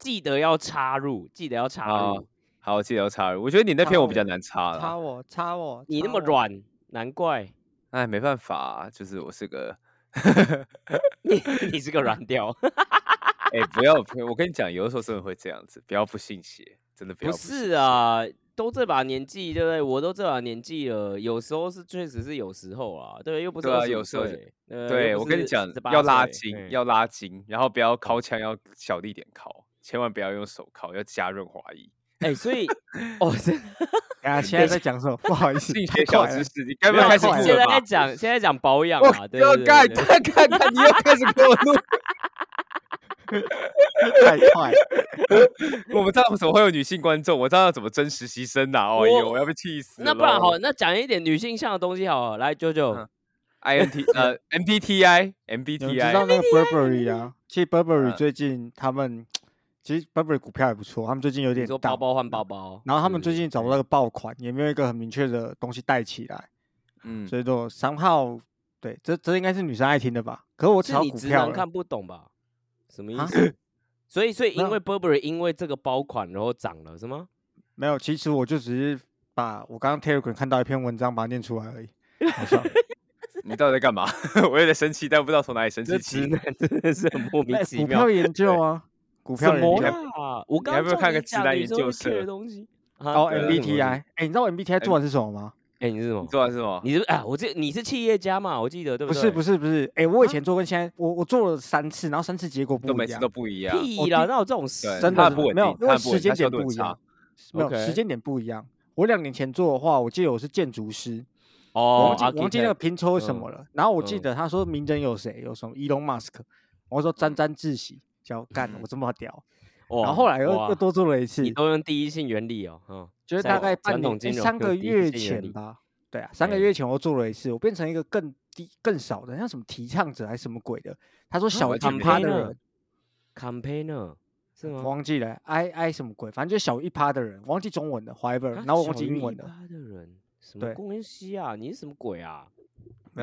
记得要插入，记得要插好入。好，记得要插入。我觉得你那篇我比较难插插了，我，插我，你那插么我，软，难怪哎，没办法啊、就是我是个，你 你是个软调。哎、不要，不要我跟你讲，有的时候真的会这样子，不要不信邪，真的不要不不信是啊，都这把年纪，对不对？我都这把年纪了，有时候是确实是有时候啊，对，又不是对啊25有时候岁呃对，又不我跟你是讲， 18要拉岁筋，嗯要拉筋，然后不要敲枪，要小力点敲，千万不要用手敲，要加润滑液。哎、所 以哦，这 啊，现在在讲什么？ 不好意思， 性太学小快了知识，你该不会没有开始快了录现了在在？吧讲， 现在讲保养我 嘛，对要对干对对看看看，你又开始给我录， 太 快了，我们知道怎么会有女性观众，我知道要怎么争实习生呐！哦呦，我我要被气死了。那不然好，那讲一点女性向的东西好了，来九九、嗯 i n t 呃 MBTI 你们知 MBTI 道那个 Burberry 啊？其实 Burberry 嗯最近他们其实 Burberry 股票也不错，他们最近有你点说 down 包包换包包，然后他们是不最是近找不到个爆款，也没有一个很明确的东西带起来，嗯，所以说三号对，这这应该是女生爱听的吧？可是我是炒你股直票男了看，不懂吧？什么意啊思？ 所以所以因那为 Burberry 因为这个包款然后涨了是吗？没有，其实我就只是把我刚刚 Telegram 看到一篇文章把它念出来而已，好笑你到底在干嘛？ 我有点生气，但不知道从哪里生这气直起。 男真的是很莫名哎其股妙票。研究啊，股什票研么究啦。啦？我刚还刚不如叫看你个直讲男女研生会究 care 社的东西。哦哦啊对，MBTI，哎，你知道 MBTI 做完是什么吗？哎，你是什么你？做完是吗？你是不是啊？我这你是企业家嘛？我记得对不对？是不是，是不是，哎，我以前做跟现在，我我做了三次，然后三次结果不啊都每一次样都，不一样。屁我啦！第那有这种对事？真它的很是不稳没有定，它因为很不稳定时间它效点率很不一差样，没有 OK 时间点不一样。我两年前做的话，我记得我是建筑师，我哦啊忘，记我忘记那个 architect 拼抽是什嗯么了。然后我记嗯得他说名人有谁，有什么 Elon Musk，我说沾沾自喜，想 干我这么屌。然哇后后来又哇又多做了一次你，都用第一性原理哦，嗯，就是在大概传半统年金诶融用三个第一月性原前理吧。对啊，三个哎月前我做了一次，我变成一个更低更少的，像什么提倡者还是什么鬼的。他啊说小完一全没趴的听过人， campaigner 是我吗？忘记了，I I 什么鬼，反正就小一趴的人，忘记中文了，whatever，啊然后我忘小记于英文一了。趴的人什么对关系啊？你是什么鬼啊？没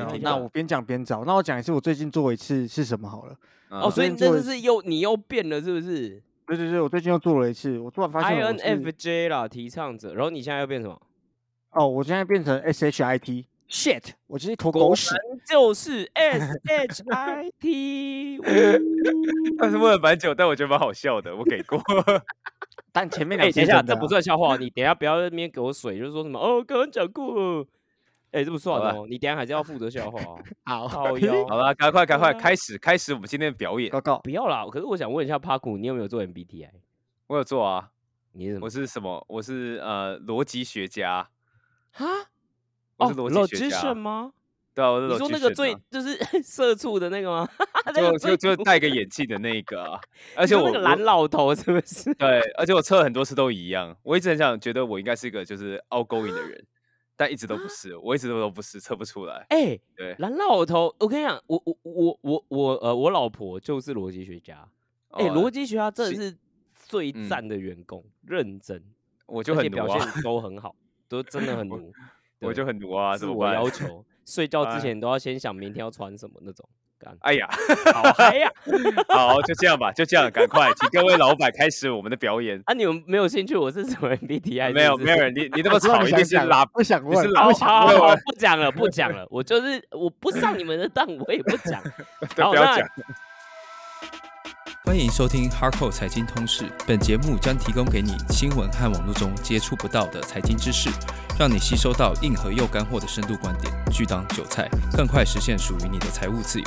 没有，听那到我边讲边找。那我讲一次，我最近做一次是什么好了。哦哦，所以最近这就做了是又你又变了，是不是对对对，我最近又做了一次，我突然发现我是？INFJ 啦，提倡者，然后你现在又变什么？哦，我现在变成 SHIT。Shit，我就是一坨狗屎。 就是 S H I T，哎嗯但是问了蛮久，但我觉得蛮好笑的，我给过。 但前 面哎，两次等一是下，真这的啊不算笑话，你等一下不要在那边给我水，就是说什么哦，刚刚讲过了，哎，这不算好吧哦，你等一下还是要负责笑话哦， 好，靠腰好啦，赶快赶快对啊开始开始我们今天的表演。报告不要啦。可是我想问一下帕古，你有没有做 MBTI？我有做啊，你是什么我？是什么？我是呃逻辑学家，啊？我哦是逻辑学家。 ，logician 吗？对啊，我是你说那 logician 个啊最就是 社畜的那个吗？ 那个就最就就毒戴个眼镜的那一个啊，而你且说我那个我蓝老头是不是？ 对，而且我测了很多次都一样，我一直很想觉得我应该是一个就是 outgoing 的人，但一直都不是，我一直都都不是，测不出来。哎、对蓝老头，我跟你讲，我我我我我呃，我老婆就是逻辑学家，哎、哦逻辑学家真的是是最嗯赞的员工，认真，我就而很且奴表啊， 现都很好，都真的很努，我对就很奴啊，自怎么我办？ 要求，睡觉哎之前都要先想明天要穿什么那种， ，干哎呀，好嗨呀、好，就这样吧，就这样，赶快，请各位老板开始我们的表 演。啊！你们没有兴趣，我是什么 MBTI？没是有不没有是人，你你那我么知道吵，你一想定是讲拉，我想你是问，老我板想好没好有问，好啊，不讲了，不讲了，我就是我不上你们的当，我也不讲。都好，不要那 讲。欢迎收听《Hardcore 财经通识》，本节目将提供给你新闻和网络中接触不到的财经知识，让你吸收到硬核又干货的深度观点，拒当韭菜，更快实现属于你的财务自由。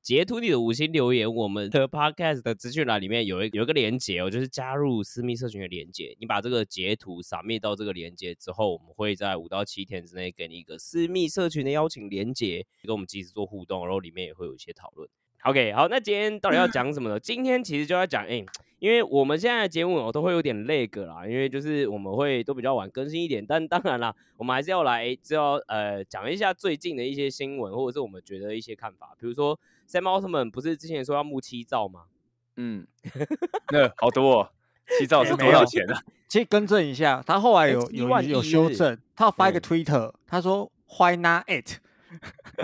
截图你的五星留言。我们的 podcast 的资讯栏里面有一有一个连接哦，就是加入私密社群的连接。你把这个截图撒密到这个连接之后，我们会在五到七天之内给你一个私密社群的邀请连接，跟我们及时做互动，然后里面也会有一些讨论。OK，好，那今天到底要讲什么呢？今天其实就要讲，哎、因为我们现在的节目哦都会有点累个啦，因为就是我们会都比较晚更新一点，但当然啦，我们还是要来就要呃讲一下最近的一些新闻，或者是我们觉得一些看法，比如说 Sam Altman 不是之前说要募七兆吗？嗯， 那好多哦，西藏是没多少有钱啊呢、其实更正一下，他后来哎有七有万有亿修日正，他有发一个嗯 Twitter，他说 Why not it？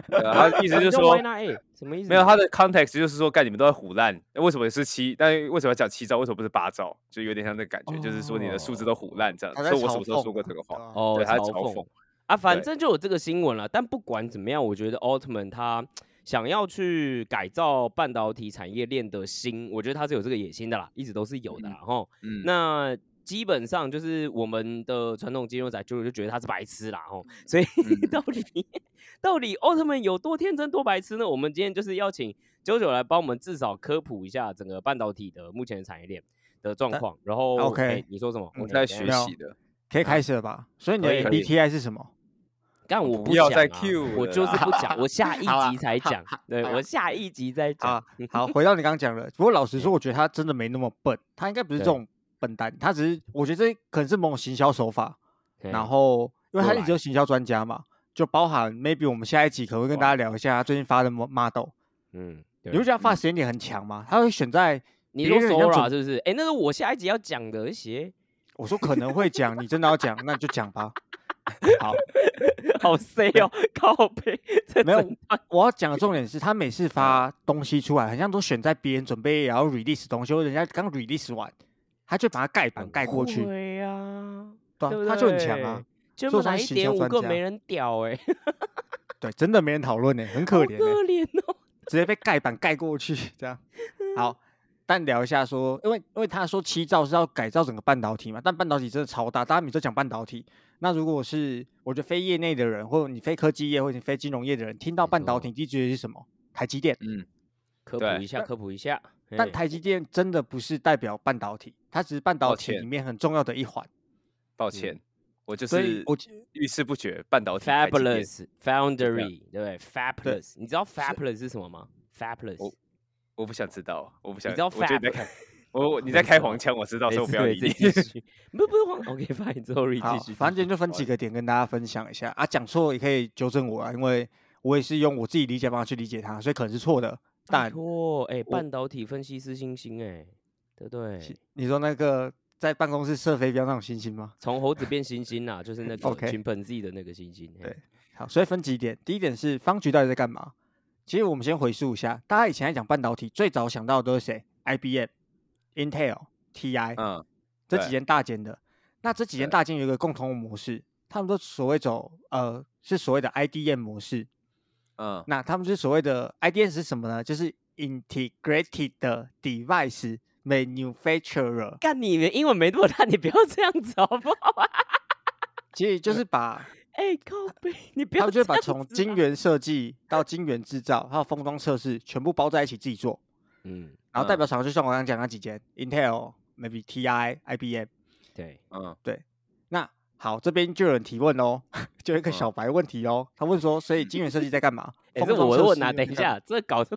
对呃啊？他的意思就是叫说 Why，not？哎，什么意思？没有他的 context 就是说，干你们都在胡乱，那为什么是七？但为什么要讲七兆？为什么不是八兆？就有点像那感觉，就是说你的数字都胡乱这样。他呃所在以我什嘲么时候说讽过嘛这个对话？啊哦，对他在嘲嘲讽啊，反对正就有这个新闻了。但不管怎么样，我觉得奥特曼他想要去改造半导体产业链的心，我觉得他是有这个野心的啦，一直都是有的啦。吼、嗯，那基本上就是我们的传统金融仔就就觉得他是白痴啦，吼，所以 嗯到底、到底奥特曼有多天真多白痴呢？我们今天就是邀请九九来帮我们至少科普一下整个半导体的目前的产业链的状但况。然后 OK 哎你说什么？我嗯我在等学一下没有习的。可以开始了吧？所以你可的以可啊以 MBTI 是什么？但我不不要讲再啊 cue 我了就是啦不讲，我 下一好啦集才好讲好。对好我下一集再讲啊。好， 回到你刚刚讲的，不过老实说，我觉得他真的没那么笨，他应该不是这对种笨蛋，他只是我觉得这可能是某种行销手法，嘿然后因过为他一直来有行销专家嘛，就包含 maybe 我们下一集可能会跟过大来家聊一下他最近发的 mo- model，嗯，对你会觉得他发的时间点很强吗？他会选在你别说人要 Sora 准是不是？哎，那是我下一集要讲的鞋，我说可能会讲，你真的要讲，那你就 讲吧。好， 好 C 哦，靠背。 这没有整段我要讲的重点是他每次嗯发东西出来，很像都选在别人准备也要 release 东西，或者人家刚 release 完，他就把它盖板盖过去，对呀，欸对啊对不他就很强对啊。就所以我哪才一是行点销五专个家没人屌哎，对，真的没人讨论呢，很好可怜欸可呢，怜哦。直接被盖板盖过去 这样。好，但聊一下说，因为因为他说七兆是要改造整个半导体嘛，但半导体真的超大，大家每次都讲半导体。那如果是我觉得非业内的人，或者你非科技业，或者你非金融业的人，听到没半导错体，第一觉得是什么？台积电。嗯，科对普一下，科普一下。嗯但嘿台积电真的不是代表半导体，它只是半导抱体歉里面很重要的一环。抱歉，我就所以是我遇事不决，半导体台积电 Fabulous Foundry 对不对？Fabulous，你知道 Fabulous 是什么吗？Fabulous 我。我不想知道，我不想。知道我觉得你在 Fab 开，我我你没在开事黄腔，我知道，没所以我不事要没理事你。 嗯继续 不不用，OK fine sorry，好继续。，反继正续就分几个点跟大家分享一下啊，讲错也可以纠正我啊，因为我也是用我自己理解方法去理解它，所以可能是错的。拜但托，哎，半导体分析师星星，哎，对不对？你说那个在办公室射飞镖那种星星吗？从猴子变猩猩啦，就是那个 OK 群盆 Z 的那个哎猩猩。嘿对好，所以分几点。第一点是方局到底在干嘛？其实我们先回溯一下，大家以前在讲半导体，最早想到的都是谁？IBM、Intel、TI，嗯，这对几间大间的。那这几间对大间有一个共同的模式，他们都所谓走呃是所谓的 IDM 模式。嗯，那他们是所谓的 IDM 是什么呢？就是 Integrated Device Manufacturer，干你的英文没那么烂，你不要这样子好不好啊？其实就是把哎，靠背，你不他要们这样就是子啦。啊把从晶圆设计到晶圆制造，还有封装测试全部包在一起自己做。嗯，然后代嗯表厂商就像我刚刚讲那几间，Intel、maybe TI、IBM。对，嗯，那好，这边就有人提问哦， 就有一个嗯小白问题哦，他问说，所以晶圆设计在干嘛？哎，这封装我测问试啊，又在等一干嘛下，这搞错，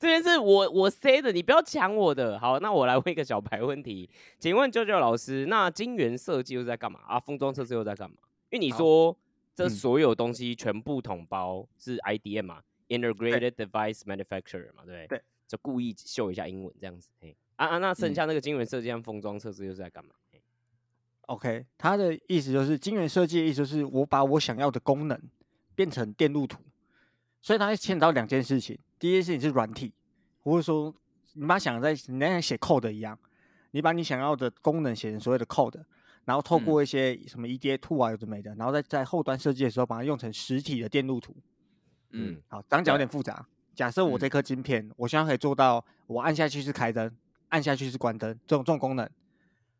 这边是我我 say 的，你不要抢我的。好，那我来问一个小白问题，请问舅舅老师，那晶圆设计又是在干嘛啊？封装测试又在干嘛？因为你好说这嗯所有东西全部统包是 IDM 嘛，Integrated Device Manufacturer 嘛，对不对？就故意秀一下英文这样子，嘿，啊啊，那剩嗯下那个晶圆设计和封装测试又是在干嘛？嘿 OK，它的意思就是晶圆设计的意思就是我把我想要的功能变成电路图，所以它会牵扯到两件事情。第一件事情是软体，或者说你把它想在你那样写 code 一样，你把你想要的功能写成所谓的 code，然后透嗯过一些什么 EDA 兔啊有的没的，然后再在后端设计的时候把它用成实体的电路图。嗯，好，刚讲有对点复杂。假设嗯我这颗晶片，我希望可以做到我按下去是开灯，按下去是关灯这种这种功能，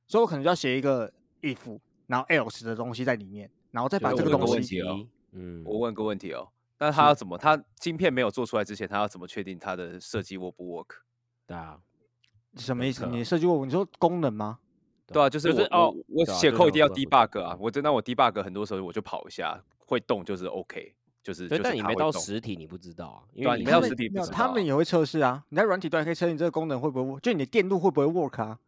所以我可能就要写一个 if，然后 else 的东西在里面，然后再把就这是个我有东问西题哦哦，嗯，我问个问题哦，那他要怎么？他晶片没有做出来之前，他要怎么确定他的设计 work 不 work？对啊，什么有意思？啊可你设计过你说功能吗？对啊，就是我哦，我我对啊写就 code 是一定要我做不 debug 到啊，我真的我 debug 很多时候我就跑一下，会动就是 OK，就是对，就是但你它没会到动实体，你不知道啊，因对啊为你你没他到是们实体不没有知他道们啊也会测试啊。你在软体端也可以测试你这个功能会不会，就你的电路会不会 work 啊？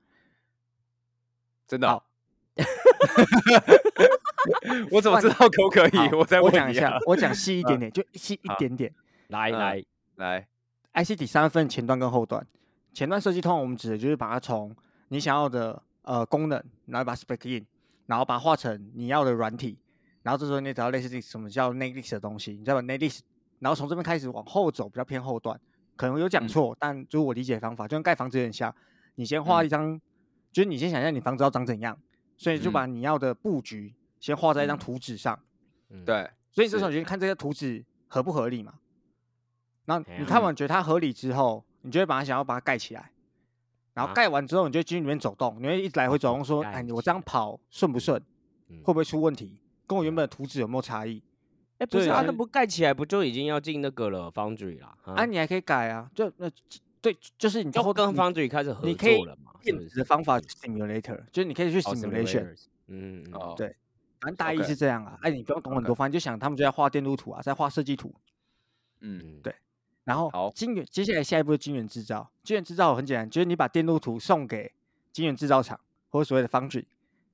真的好哦。 我怎么知道可不可以？好 我再我问讲你一下啊， 我讲 细一点点，就细一好点点。来嗯来，来， IC 第三份前端跟后端，前端设计通常我们指的就是把它从你想要的呃功能，然后把它 spec in，然后把它画成你要的软体，然后这时候你找到类似这什么叫 netlist 的东西，你再把 netlist，然后从这边开始往后走，比较偏后端，可能有嗯讲错，但就是我理解的方法，就跟盖房子有点像，你先嗯画一张，就是你先想象你房子要长怎样，所以就嗯把你要的布局先画在一张嗯图纸上，嗯，对，所以这是时候你就看这个图纸合不合理嘛。然后哎你呀看完觉得它合理之后，你就会把它想要把它盖起来，然后啊哦盖完之后，你就进去里面走动，你会一直来回走动，说：“盖哎，你我起这样来跑顺不顺？嗯会不会出问题？跟我原嗯本的图纸有没有差异哎，不是对啊，那就是不盖起来不就已经要进那个了 Foundry 啦？？”啊，你还可以改啊，就那对，就是你就后跟你 Foundry 开始合你可以作了嘛？是电不子是的方法去 simulator，就是你可以去嗯哦 simulation， simulators 嗯，嗯哦，对反正大意 OK 是这样啊。哎，你不用懂很 OK 多，反正就想他们就在画电路图啊，在画设计图，嗯，嗯，对然后好晶圆，接下来下一步是晶圆制造。晶圆制造很简单，就是你把电路图送给晶圆制造厂或者所谓的 foundry，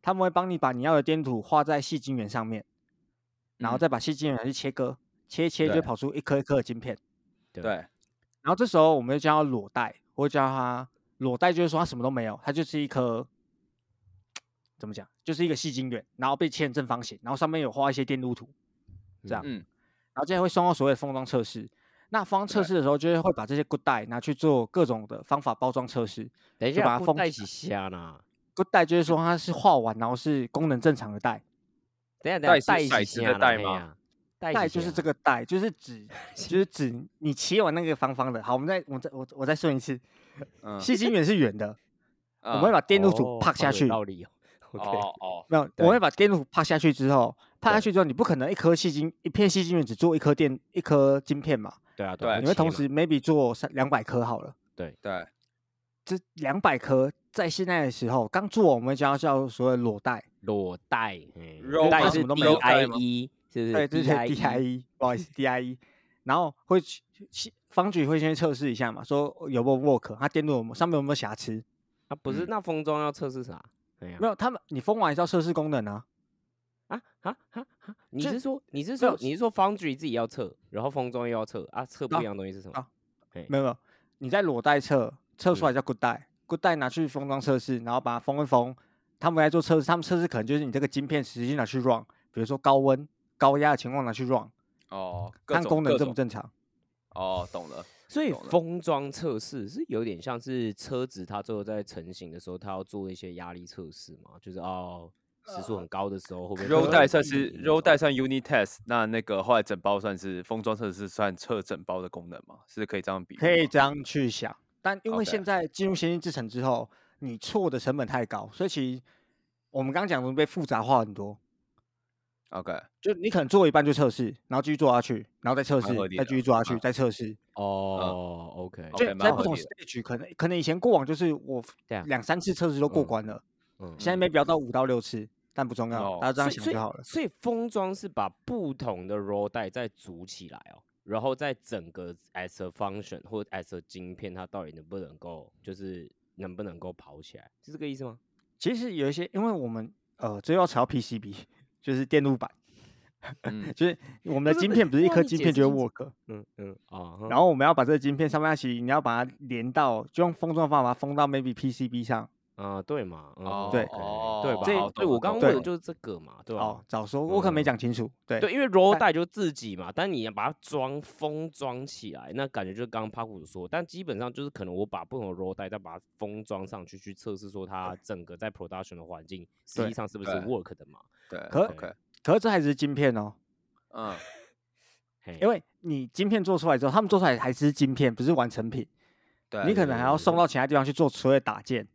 他们会帮你把你要的电路图画在细晶圆上面，然嗯后再把细晶圆拿去切割，切一切就会对跑出一颗一颗的晶片。对，然后这时候我们就叫它裸带，或者叫它裸带，就是说它什么都没有，它就是一颗怎么讲，就是一个细晶圆，然后被切成正方形，然后上面有画一些电路图，这样。嗯然后接下来会送到所谓的封装测试。那封装测对试的时候，就是会把这些 good die 拿去做各种的方法包装测试。等一就把下，它不封带起起啊虾呢？ good die 就是说它是画完，然后是功能正常的带，等一下带等一是下，带骰起子虾的啦带？嘿吗呀带带起啊就是虾这个带，就是指就是指你切完那个方方的。好，我们再我再我我再顺一次，嗯，细晶圆是圆的，我我们会把电路哦图啪好下有去，道理哦。OK，哦哦，没有，我对们会把电路啪下去之后，啪下对去之后，你不可能一颗细晶一片细晶圆只做一颗电一颗晶片嘛，对啊，对啊你会同，不切嘛时 maybe 做三两百颗好了。对，这两百颗在现在的时候刚做完，我们叫叫所谓裸带，裸带，嘿肉带吗是什么都 D 没有 I E，是 E 不对，是？这是 E，DIE，不好 意思，DIE，然后会去去方局会先测试一下嘛，说有没有 work，它电路有没有上面有没有瑕疵？啊，不是，嗯那封装要测试啥？哎呀没有，他们你封完也是要测试功能啊，啊啊啊啊！你就是说你是没有说你是说 Foundry 自己要测，然后封装又要测啊？测不啊一样的东西是什么啊？嘿没有没有，你在裸带测，测出来叫 good die，good die 拿去封装测试，然后把它封一封，他们来做测试，他们测试可能就是你这个晶片实际拿去 run，比如说高温高压的情况拿去 run，哦，各看种功能各正不种正常。哦，懂了，所以懂了封装测试是有点像是车子它最后在成型的时候，它要做一些压力测试嘛，就是哦时速很高的时候会不会 roll 碰带到算地是那 roll 种带算 unit test，那那个后来整包算是封装测试算测整包的功能吗？是可以这样比喻吗？可以这样去想，但因啊为 OK 现在进入先进制程之后，你错的成本太高，所以其实我们刚刚讲的被复杂化很多。 OK，就你可能做一半就测试，然后继续做下去，然后再测蛮试合理，再的继续做下去，嗯再测试。嗯哦，OK， OK，就蛮在合不同理的 stage，可能可能以前过往就是我对啊两三次测试都过嗯关了，嗯现在没 a 要到五到六次，但不重要，哦大家这样所以所想以就好了。所以封装是把不同的 roll 带再组起来哦，然后在整个 as a function 或 as a 晶片，它到底能不能够就是能不能够跑起来，是这个意思吗？其实有一些，因为我们呃，最后要扯到 PCB，就是 电路板，嗯就是我们不的是晶不片是不是一哇颗你晶解片释就清楚会 work，嗯嗯啊哈，然后我们要把这个晶片上面要其你要把它连到，就用封装的方法把它封到 maybe PCB 上，啊，对嘛，嗯哦，对哦，对吧？这好对，懂我了刚懂问了的就是这个嘛，对吧哦？，早说，我可能没讲清楚。对对，因为 roll 但带就自己嘛，但你要把它装封装起来，那感觉就是刚刚帕古说，但基本上就是可能我把不同的 roll 带再把它封装上去，去测试说它整个在 production 的环境实对际上是不是对 work 的嘛？对可，OK，可是这还只是晶片哦，嗯，嘿因为你晶片做出来之后，他们做出来还是晶片，不是完成品。对，啊你可能还要送到其他地方去做所谓的打件。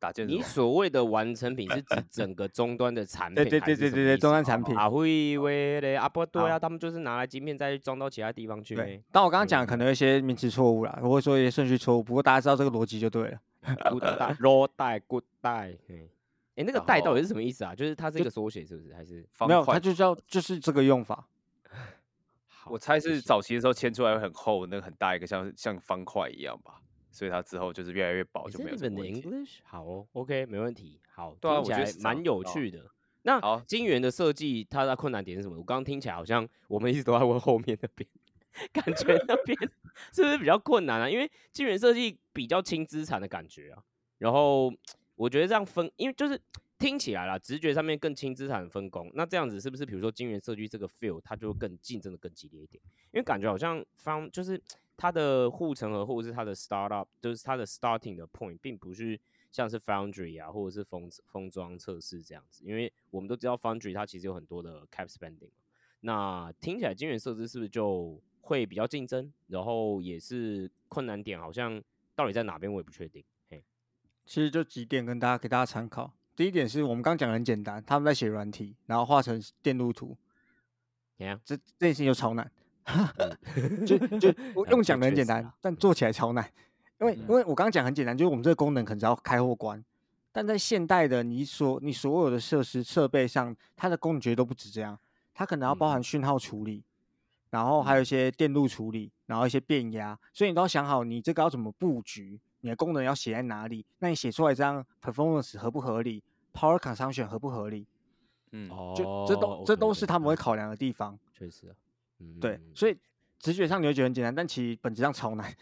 打建筑你，所谓的完成品是指整个终端的产品对还是对什么意对思，对对对，终端产品。啊会喂嘞啊不对啊，好他们就是拿来晶片再去装到其他地方去对嘞。，但我刚刚讲的嗯可能有一些名词错误啦，我会说一些顺序错误，不过大家知道这个逻辑就对了。 good 带 roll 带 good 带，嗯，哎，那个然带到后底是什么意思啊？就是它是一个缩写是不是？还是方没有，块它就叫就是这个用法。好我猜谢是谢早期的时候牵出来会很厚，那个很大一个像像方块一样吧，所以它之后就是越来越薄， Is 就 that 没有这 even 个 the 问题。 English？好哦，OK，没问题。好，对啊听我起觉得来是这样蛮有对啊趣的。那好金源的设计，它的困难点是什么？我刚听起来好像我们一直都在问后面那边，感觉那 边是不是比较困难啊？因为金源设计比较轻资产的感觉啊。然后我觉得这样分，因为就是听起来啦，直觉上面更轻资产的分工。那这样子是不是，比如说金源设计这个 field，它就更竞争的更激烈一点？因为感觉好像方就是它的护城河或者是它的 startup，就是它的 starting 的 point，并不是像是 foundry 啊，或者是封封装测试这样子。因为我们都知道 foundry 它其实有很多的 cap spending，嘛那听起来晶圆设置是不是就会比较竞争？然后也是困难点，好像到底在哪边我也不确定。嘿，其实就几点跟大家给大家参考。第一点是我们刚讲的很简单，他们在写软体，然后画成电路图，怎样？这这件事情就超难。嗯 就 就我啊用这讲的很确简实啊嗯单，但做起来超难。因为因为我刚刚讲很简单，就是我们这个功能可能只要开或关，但在现代的你所你所有的设施设备上，它的功能绝对都不止这样，它可能要嗯包含讯号处理，然后还有一些电路处理，然后一些变压，所以你都要想好你这个要怎么布局，你的功能要写在哪里，那你写出来这样 performance 合不合理，power consumption 合不合理，嗯，哦，就这都这 OK，都 OK，是他们会啊考量的地方。确实啊，嗯，对嗯，所以直觉上你会觉得很简单，但其实本质上超难。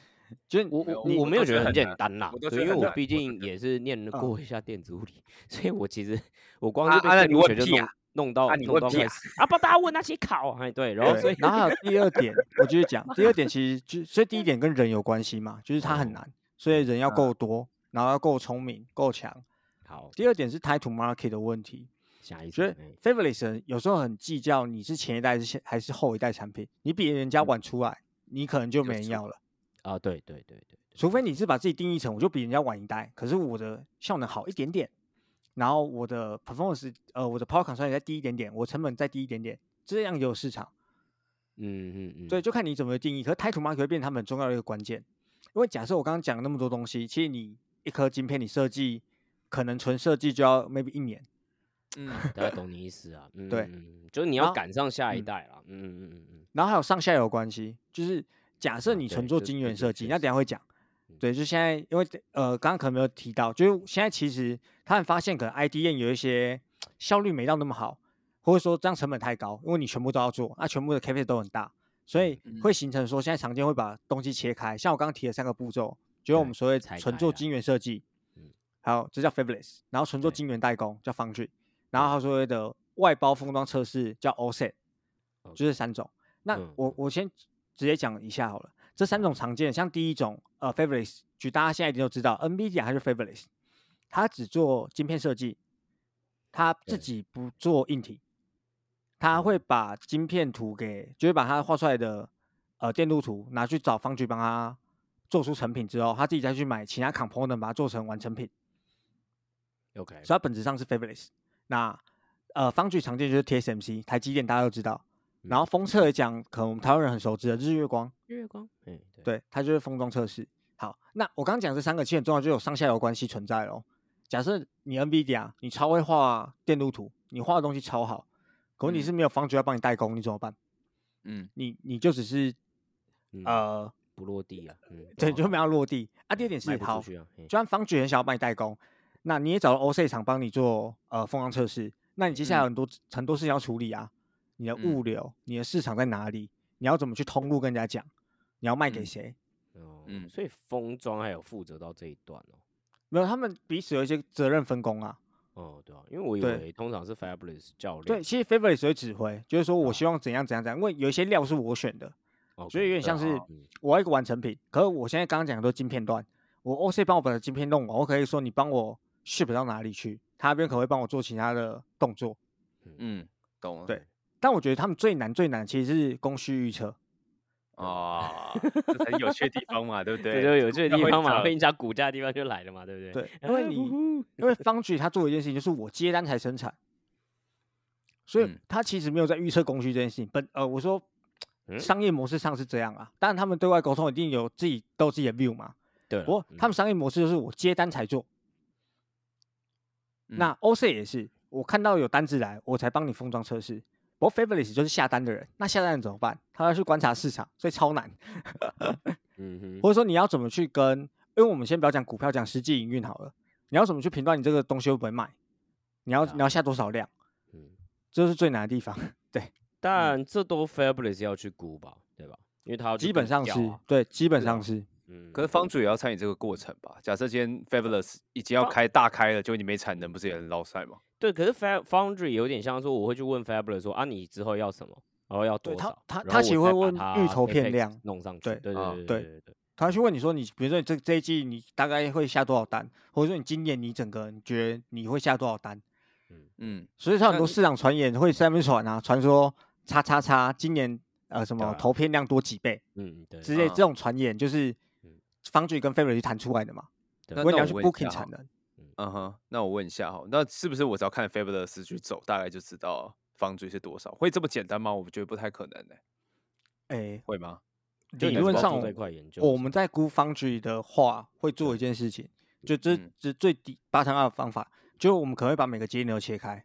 就是我没有我我我没都有觉觉得得很很简难单啦我，都觉对，得因为很我难毕我都竟觉也是念嗯过一下电子物理， 所以我其实我光啊是被啊那电你路问学就屁弄啊弄到啊你弄问到屁快啊死啊！不，大家问那些考，哎对，然后对所以然后还有第二点，我继续讲。第二点其实就所以第一点跟人有关系嘛，就是它很哦难，所以人要够多，然后要够聪明、够强。好第二点是 time to market 的问题，下一哎觉次得 f a v o r i t e 人有时候很计较你是前一代还是现还是后一代产品，你比人家嗯晚出来，你可能就没人要了。啊，对对对对，除非你是把自己定义成我就比人家晚一代，可是我的效能好一点点，然后我的 performance 呃我的 power consumption 也再低一点点，我成本再低一点点，这样有市场。嗯嗯嗯，对，就看你怎么定义。可是 title market 会变成他们很重要的一个关键，因为假设我刚刚讲了那么多东西，其实你一颗晶片你设计可能纯设计就要 maybe 一年，嗯，大家懂你意思 啊，嗯，对嗯，嗯就是你啊然要后赶上下一嗯代啦，嗯嗯嗯嗯，然后还有上下游关系，就是假设啊你纯对做这晶这圆个设计，确那等一下会讲嗯。对，就现在，因为呃，刚刚可能没有提到，就是现在其实他们发现，可能 IDN 有一些效率没到那么好，或者说这样成本太高，因为你全部都要做，那、全部的 CapEx 都很大，所嗯以会形成说，现在常见会把东西切开，像我刚刚提的三个步骤，就是我对们所谓拆纯开做啊晶圆设计嗯，还有这叫 Fabless，然后纯做对晶圆代工叫 Foundry，然后还有所谓的外包封装测试叫 Offset，OK 就是三种。那嗯我嗯我先直接讲一下好了，这三种常见，像第一种呃 Fabless，就大家现在一定都知道，NVIDIA 还是 Fabless，它只做晶片设计，它自对嗯己不做硬体，它会把晶片图给，就是把它画出来的呃电路图拿去找方局帮他做出成品之后，他自己再去买其他 component 把它做成完成品， ，OK，所以它本质上是 Fabless。那呃方局常见就是 TSMC，台积电大家都知道。然嗯后封测来讲，可能我们台湾人很熟知的日月光，月光，嗯，对，对，它就是封装测试。好，那我刚刚讲这三个其实很重要，就有上下游关系存在哦。假设你 NVIDIA，你超会画电路图，你画的东西超好，可问题嗯是没有方局要帮你代工，你怎么办？嗯，你你就只是嗯呃，不落地啊，嗯，对，不就好没搞有落地。啊，第二点卖是不好出，去啊，嘿就算方局很想要帮你代工，那你也找了 OC 厂帮你做呃封装测试，那你接下来嗯有很多、很多事情要处理啊，你的嗯物流、你的市场在哪里，你要怎么去通路跟人家讲，你要卖给嗯谁？哦，嗯所以封装还有负责到这一段哦，没有，他们彼此有一些责任分工啊。哦，对啊，因为我以对为通常是 Fabulous 教练，对，其实 Favorite 只会指挥，就是说嗯我啊希望怎样怎样怎样，因为有一些料是我选的， OK，所以有点对像是啊嗯我要一个完成品。可是我现在刚刚讲的都是晶片段，我 OC 帮我把晶片弄完，我可以说你帮我 ship 到哪里去，他那边可能会帮我做其他的动作。嗯，懂了。对但我觉得他们最难最难的其实是供需预测，啊，这才是有趣的地方嘛，对不对？ 这就有趣的地方嘛，会呃会影响股价的地方就来了嘛，对不对？对，因为你你因为方局他做了一件事情，就是我接单才生产，所以嗯他其实没有在预测供需这件事情。本呃，我说嗯商业模式上是这样啊，当然他们对外沟通一定有自己都有自己的 view 嘛。对不过他们们商业模式就是我接单才做，那 OC 也是，我看到有单子来，我才帮你封装测试。不过 f a v o r i t e 就是下单的人，那下单的人怎么办？他要去观察市场，所以超难。嗯哼或者说你要怎么去跟，因为我们先不要讲股票，讲实际营运好了。你要怎么去评断你这个东西会不会卖？你要你要下多少量？嗯，这是最难的地方。但这都 Fabulous 要去估吧，对吧？因为他要去基本比上较是啊，对，基本是啊上是，嗯，可是方主也要参与这个过程吧？假设今天 Fabulous 已经要方开大开了，就你没产能，不是也很捞塞吗？对，可是 Fa- Foundry 有点像说，我会去问 Fabulous 说啊，你之后要什么，然后要对多他少，他然他后其实我会再把问它预投片 apex 量弄上去，对对啊对对对对，他去问你说你，比如说你这这一季你大概会下多少单，或者说你今年你整个你觉得你会下多少单？嗯，实际上很那多你市场传言会在那边传啊，传说叉叉叉今年呃什对么啊投片量多几倍嗯对，之类啊这种传言，就是嗯方局跟 f a v o r i t 谈出来的嘛。对那如果那你要我去问一 booking 下产哈能，嗯哼，那我问一下哈，那是不是我只要看 Fabulous 去走，大概就知道方主是多少？会这么简单吗？我觉得不太可能呢、哎，会吗？就理你还是论要上做我这块研究哦我是们在估 Foundry 的话，会做一件事情，就这嗯这最底八乘二的方法，就是我们可能会把每个节点都切开，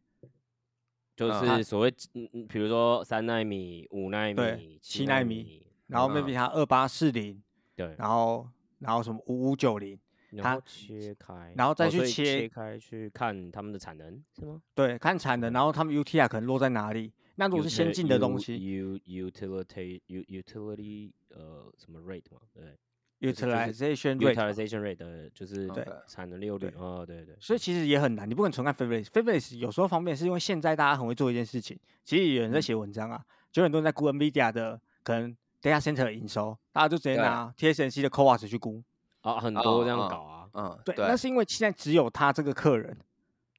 就啊是所谓嗯嗯，比如说三纳米、五纳对米、七纳奈米，然后嗯 maybe 它二八四零，对，然后然后什么五五九零，然它后切开，然后再哦去所以切切开去看他们的产能是吗？对，看产能，然后他们 UTI 可能落在哪里？那如果是先进的东西，u utility u utility 呃什么 rate 嘛，对就是，utilization rate，哦，utilization rate 的就是对产能利用率对哦，对对，所以其实也很难，你不可能纯看 Favorite，Favorite 有时候方便是因为现在大家很会做一件事情，其实有人在嗯写文章啊，就很多人在估 NVIDIA 的可能 data center 的营收，大家就直接对啊拿 TSMC 的 CoWAS 去估。啊很多这哦样哦搞啊，嗯，对，那是因为现在只有他这个客人，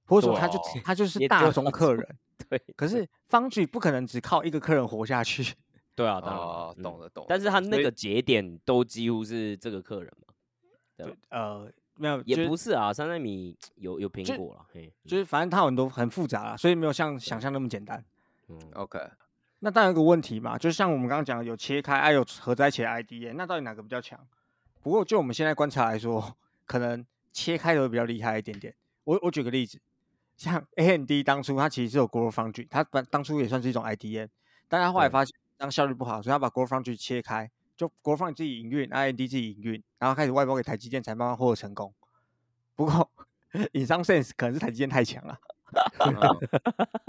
或者说他就只对他就是也只大有宗他客做人。对可是方局不可能只靠一个客人活下去， 对啊，当然哦，懂了嗯。了懂了。但是他所那以个节点都几乎是这个客人嘛，呃，没有，就也是不是啊，三纳米有有苹就果了，嘿，嗯就是反正它很多很复杂啦，所以没有像想象那么简单。嗯 OK，那当然有个问题嘛，就像我们刚刚讲的，有切开，啊还有合在一起的 IDE，那到底哪个比较强？不过就我们现在观察来说，可能切开的会比较厉害一点点。我我举个例子，像 AMD 当初它其实是有 g r o w f o u n d r y 它本当初也算是一种 IDE，但它后来对发现当效率不好，所以它把 g r o w f o u n d r y 切开，就 g r o w f o u n d r y 自己营运，AMD 自己营运，然后开始外包给台积电，才慢慢获得成功。不过 in some sense 可能是台积电太强了。嗯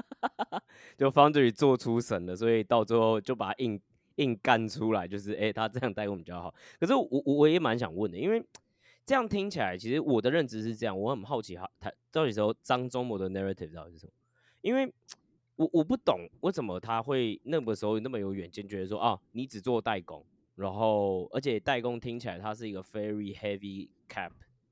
就 Foundry 做出神了，所以到最后就把它硬硬干出来，就是哎、诶他这样带我们比较好。可是我我我也蛮想问的，因为这样听起来，其实我的认知是这样，我很好奇他他到底时候张忠谋的 narrative 到底是什么？因为我我不懂为什么他会那个时候那么有远见，觉得说啊，你只做代工，然后而且代工听起来它是一个 very heavy cap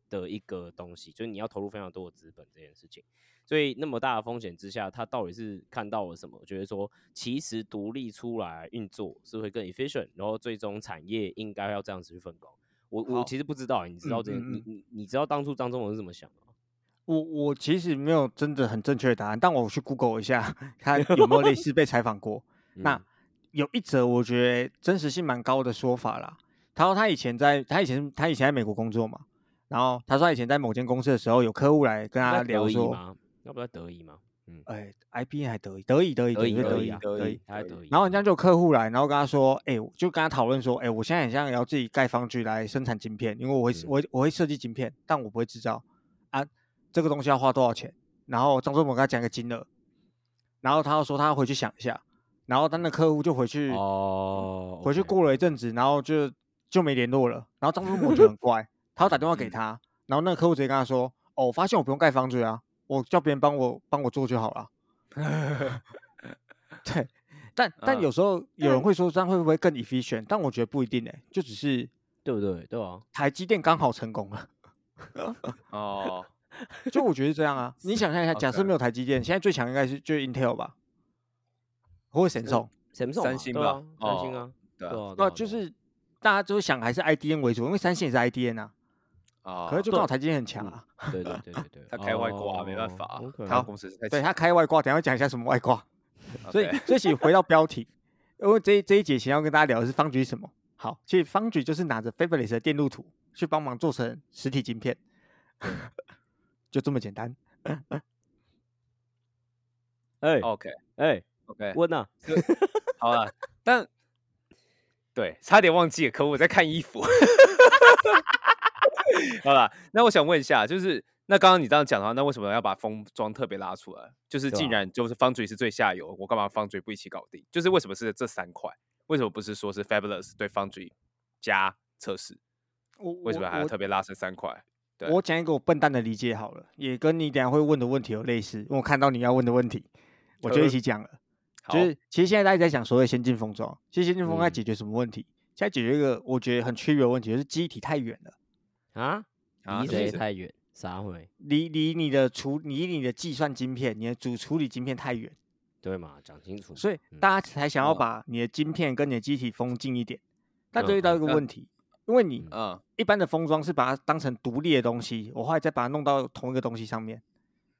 的一个东西，就是你要投入非常多的资本这件事情。所以那么大的风险之下，他到底是看到了什么？觉得说其实独立出来运作是会更 efficient，然后最终产业应该要这样子去分工。我我好其实不知道欸，你知道这个，嗯嗯你你你知道当初张忠谋是怎么想的吗？我我其实没有真的很正确的答案，但我去 Google 一下， 看有没有类似被采访过。那嗯有一则我觉得真实性蛮高的说法啦。他说他以前在他以前他以前在美国工作嘛，然后他说他以前在某间公司的时候，有客户来跟在他德聊意说，吗？要不要德意吗？嗯，哎，IBM 还德意德意德意德意对德德意意啊德意，他在德德意。然后人家嗯就有客户来，然后跟他说，哎、我就跟他讨论说，哎、我现在很像要自己盖方具来生产晶片，因为我会、嗯我会我会设计晶片，但我不会制造啊，这个东西要花多少钱？然后张忠谋跟他讲一个金额，然后他又说他要回去想一下，然后他那客户就回去、哦，回去 OK 过了一阵子，然后就就没联络了，然后张忠谋就很乖，他要打电话给嗯他，然后那个客户直接跟他说：“哦，我发现我不用盖方嘴啊，我叫别人帮我帮我做就好了。” 对，但但嗯有时候有人但会说这样会不会更 efficient？但我觉得不一定诶、就只是对不对？对啊，台积电刚好成功了。哦，就我觉得这样啊，你想象一下，假设 OK 没有台积电，现在最强应该是就是 Intel 吧，或者 Samsung，三三星吧三星哦啊，对啊，对啊，对对啊，啊，对就啊是大家就是想还是 IDN 为主，因为三星也是 IDN 啊，哦，可是就对刚好台积电很强嗯啊，对对对对对，他开外挂没办哦法啊， OK 他公司是太对强它开外挂，等一下讲一下什么外挂。了 所以对所以其实回到标题，因为这一这一节想要跟大家聊的是方局是什么。好，其实方局就是拿着 Fabless 的电路图去帮忙做成实体晶片，嗯 就这么简单。哎 OK 哎， OK，温呐，好了，但对，差点忘记了，可我在看衣服。 好了，那我想问一下，就是那刚刚你这样讲的话，那为什么要把封装特别拉出来？就是对既啊然就是 Foundry 是最下游，我干嘛 Foundry 不一起搞定？就是为什么是这三块？为什么不是说是 Fabulous 对 Foundry 加测试？我为什么还要特别拉成三块？对我讲一个我笨蛋的理解好了，也跟你等一下会问的问题有类似，因为我看到你要问的问题，我就一呃起讲了。好就是其实现在大家在讲所谓先进封装，其实先进封装在嗯解决什么问题？现在解决一个我觉得很区别的问题，就是机体太远了，啊，啊离什么意谁思太远？啥回？离离你的处离你的计算晶片、你的主处理晶片太远，对嘛，讲清楚嘛。所以嗯大家才想要哦把你的晶片跟你的机体封近一点。但嗯这遇到一个嗯问题，因为你嗯嗯，一般的封装是把它当成独立的东西，我后来再把它弄到同一个东西上面，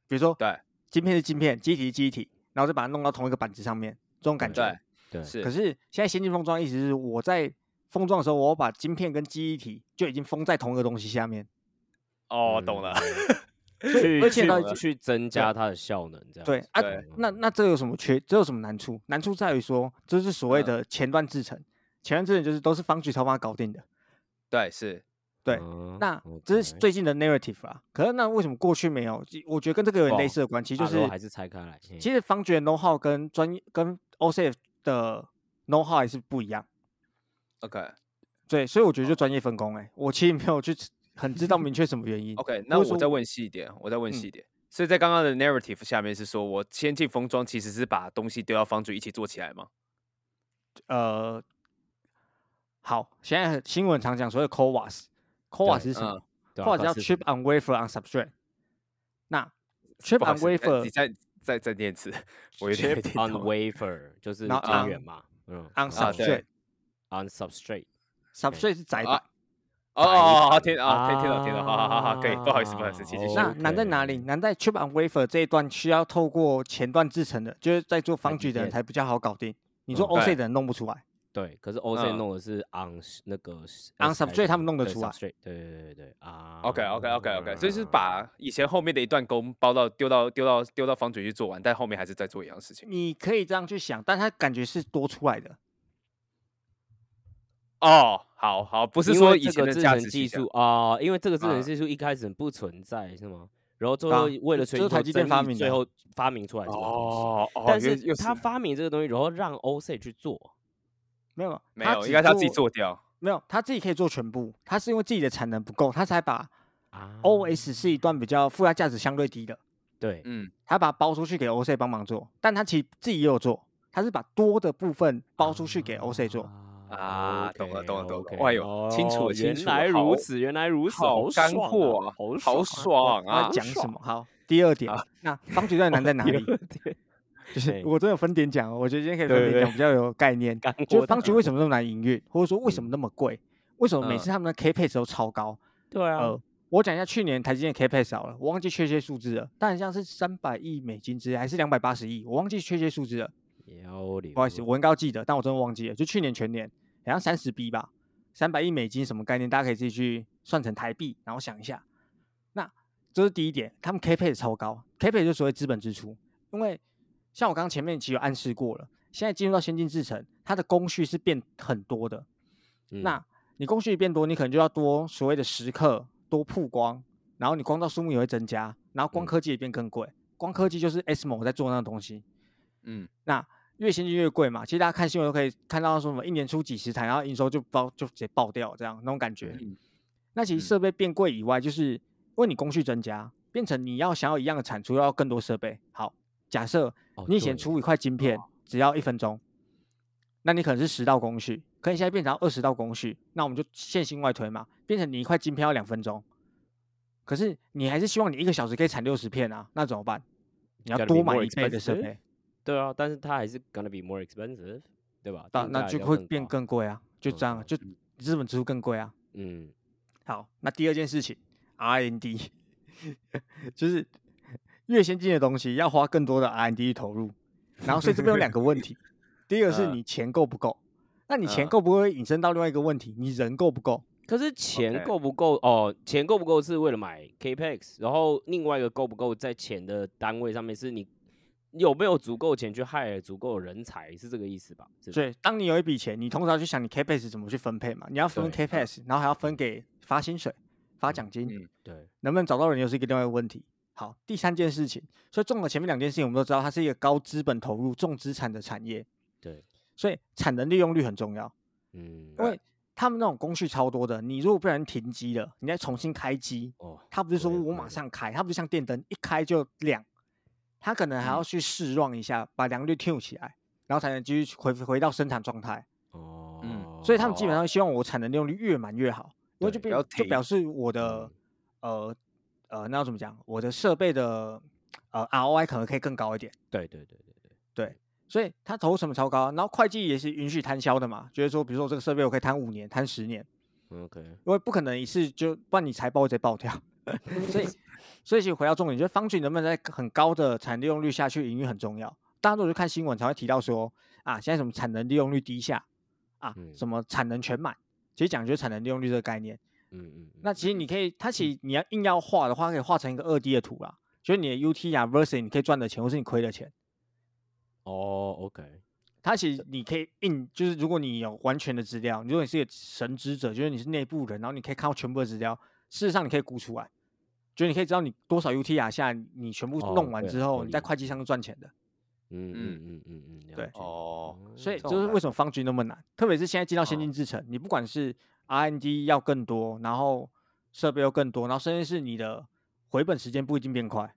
比如说对，晶片是晶片，机体是机体，然后再把它弄到同一个板子上面，这种感觉。嗯对，对，是可是现在先进封装意思是我在封装的时候，我要把晶片跟记忆体就已经封在同一个东西下面。哦，懂了，去而且到嗯去去增加它的效能，这样对子哦啊对，那那这有什么缺？这有什么难处？难处在于说，这是所谓嗯的前段制程，前段制程就是都是方局超帮它搞定的。对，是对嗯那 OK 这是最近的 narrative 啊。可是那为什么过去没有？我觉得跟这个有点类哦似的关系，就大是楼还是拆开来。嘿其实方局的 know how 跟专业跟 OCF 的 know how 还是不一样。 OK 对，所以我觉得哦就专业分工、欸。哎，我其实没有去很知道明确什么原因。哦 OK，那或我者说再问细一点，我再问嗯细一点。所以在刚刚的 narrative 下面是说，我先进封装其实是把东西丢到方主一起做起来吗？呃，好，现在很新闻常讲所谓的 CoWAS，CoWAS 对是什嗯么对啊？CoWAS 它叫是什 Chip on Wafer on Substrate。那 Chip 不好意 on 思你 Wafer 再你再再再念一次，我有点没 chip 听 on 懂 wafer 就是然后晶 on- 圆嘛，嗯 on 啊对 Substrate，Substrate on substrate 是窄啊板。哦哦，好听啊，听啊听了听了，好好好好，可以，不好意思不好意思，请继续。那难在哪里？难在 Chip on Wafer 这一段需要透过前段制成的，就是在做方积局的人电才比较好搞定。你说嗯 OC 对的人弄不出来，对，可是 OC 嗯弄的是 on 是那个 s- on SI substrate 他们弄得对出来 substrate，对对对对对啊。 OK OK OK OK，所以是把以前后面的一段工包到丢到丢到丢到方主去做完，但后面还是在做一样的事情。你可以这样去想，但它感觉是多出来的。哦，好好，不不是说以前的制价程值技取向术啊，因为这个制程啊技术一开始不存在是吗？然后最对啊后为了这追求这是台积电争发议明最的啊后发明出来这个东西。哦哦，但又是又他发明这个东西，然后让 OC 去做，没有，没它有，只应该是他自己做做掉。没有，他自己可以做全部，他是因为自己的产能不够，他才把啊嗯 OS 是一段比较附加价值相对低的，对，嗯，他把它包出去给 OC 帮忙做，但他其实自己也有做，他是把多的部分包出去给 OC 做。啊懂了懂了懂了 OK，哇哟清楚哦清原楚来好如此，原来如此，好干爽啊货啊好好爽我要啊！讲什么？好，第二啊点，那方局到底 难在哪里？就是嘿我真的分点讲哦，我觉得今天可以哎对分对点对讲比较有概念。干货就是的嗯方局为什么那么难营运，或者说为什么那么贵？为什么每嗯次他们的 K p a 都超高？对啊呃，，我讲一下去年台积电 KPI 少了，我忘记确切数字了，但像是三百亿美金之类，还是两百八十亿，我忘记确切数字了。有理，不好意思，我应该要记得，但我真的忘记了。就去年全年好像三十 B 吧，三百亿美金什么概念？大家可以自己去算成台币，然后想一下。那这是第一点，他们 KPI 超高，KPI 就所谓资本支出，因为像我刚刚前面其实有暗示过了，现在进入到先进制程，它的工序是变很多的，嗯那你工序变多，你可能就要多所谓的时刻多曝光，然后你光照数目也会增加，然后光嗯科技也变更贵。光科技就是 S 某在做那个东西，嗯，那越先进越贵嘛。其实大家看新闻都可以看到，说什么一年出几十台，然后营收就爆就直接爆掉这样那种感觉。嗯那其实嗯设备变贵以外，就是为你工序增加，变成你要想要一样的产出，要更多设备。好，假设哦你以前对出一块晶片只要一分钟，那你可能是十道工序，可你现在变成二十道工序，那我们就线性外推嘛，变成你一块晶片要两分钟，可是你还是希望你一个小时可以产六十片啊，那怎么办？你要 Gotta 多 be 买 more 一倍的设 expensive 备，对啊，但是它还是 gonna be more expensive，对吧？ 那定啊那价就要会变高更贵啊，就嗯这样啊，就资本支出更贵啊。嗯，好，那第二件事情，R&D，就是越先进的东西要花更多的 R&D 去投入，然后所以这边有两个问 题，第一个是嗯你钱够不够，那你钱嗯够不够会引申到另外一个问题，你人够不够？可是钱 OK 够不够哦？钱够不够是为了买 Kpex，然后另外一个够不够在钱的单位上面是你有没有足够钱去 hire 足够的人才，是这个意思吧？是吧所以当你有一笔钱，你通常去想你 CapEx 怎么去分配嘛，你要分对嗯 CapEx，然后还要分给发薪水、发奖金，嗯对，能不能找到人又是一个另外一个问题。好，第三件事情，所以综合前面两件事情，我们都知道它是一个高资本投入、重资产的产业，对，所以产能利用率很重要。嗯，因为他们那种工序超多的，你如果不然停机了，你再重新开机，哦，它不是说对我对马上开，它不是像电灯一开就亮，它可能还嗯要去试 run 一下，把良率 tune 起来，然后才能继续去回回到生产状态。哦，所以他们基本上希望我产能利用率越满越好，因为就对不要表就表停示我的嗯呃呃那要怎么讲，我的设备的呃 ROI 可能可以更高一点。对对对对对，所以他投入成本超高，然后会计也是允许摊销的嘛，就是说，比如说我这个设备我可以摊五年、摊十年，嗯，OK，因为不可能一次就，不然你财报会直接 爆掉。所以，所以其实回到重点，就是方俊能不能在很高的产利用率下去营运很重要。大家都是看新闻才会提到说啊，现在什么产能利用率低下啊，嗯什么产能全满，其实讲就是产能利用率这个概念。嗯嗯，那其实你可以，它其实你要硬要画的话，可以画成一个二 D 的图啦，就是你的 UT 啊 versus 你可以赚的钱，或是你亏的钱。哦，OK，它其实你可以硬，就是如果你有完全的资料，如果你是一个神职者，就是你是内部人，然后你可以看到全部的资料，事实上你可以估出来，就是你可以知道你多少 UTR 下，你全部哦弄完对之合后，你在理会计上是赚钱的。嗯嗯嗯嗯嗯嗯，对哦所以这这种是难为什么方局那么难，特别是现在进到先哦进制程，你不管是 R&D 要更多，然后设备又更多，然后甚至是你的回本时间不一定变快。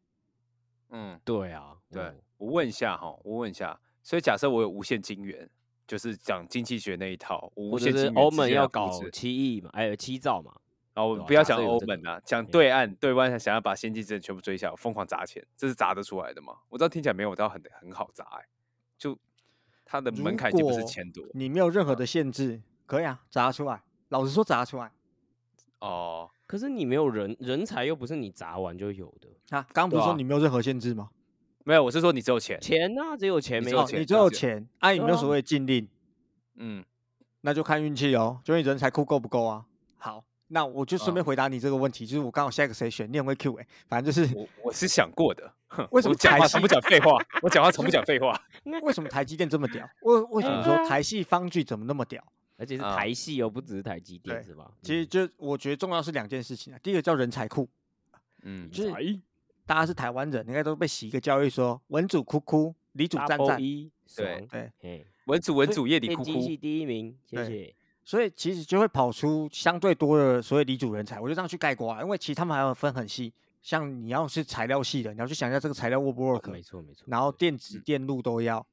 嗯，对啊，对，我问一下哈，我问一下，所以假设我有无限金元，就是讲经济学那一套，或我无者限是金元欧直盟接要来复搞制七亿嘛，哎，七兆嘛，啊，我对啊不要假设讲有欧这盟个啊，讲嗯对岸，对岸想要把先进之人全部追下，来，疯狂砸钱，这是砸得出来的吗？我知道听起来没有到很很好砸、欸，就它的门如槛已经不是果钱多你没有任何的限制，可以啊，砸出来。老实说，砸出来哦，可是你没有人人才，又不是你砸完就有的，啊，刚刚不是对说啊你没有任何限制吗？没有，我是说你只有钱，钱呐，只有钱你没只有有哦，钱你了只有解钱，啊，你没有对啊所谓的禁令，嗯，那就看运气哦，就你人才库够不够啊。好，那我就顺便嗯回答你这个问题，就是我刚好下一个谁选，你很会 Q 哎、反正就是我我是想过的，哼为什我么讲台话从系不讲废话， 我讲话从不讲废话，为什么台积电这么屌？为为什么嗯说对啊台系方具怎么那么屌？而且是啊台系哦，不只是台积电对是吧？其实就我觉得重要是两件事情啊，第一个叫人才库，嗯，就是是大家是台湾人，应该都被洗一个教育说文主哭哭，理主赞赞，一对爽，对，E 嘿，文主文所以主夜里被哭机器哭，第一名，谢对谢。所以其实就会跑出相对多的所谓理主人才，我就这样去概括啊，因为其实他们还有分很细，像你要是材料系的，你要去想一下这个材料 work 不哦 work，、没错没错。然后对电子、嗯电路都要，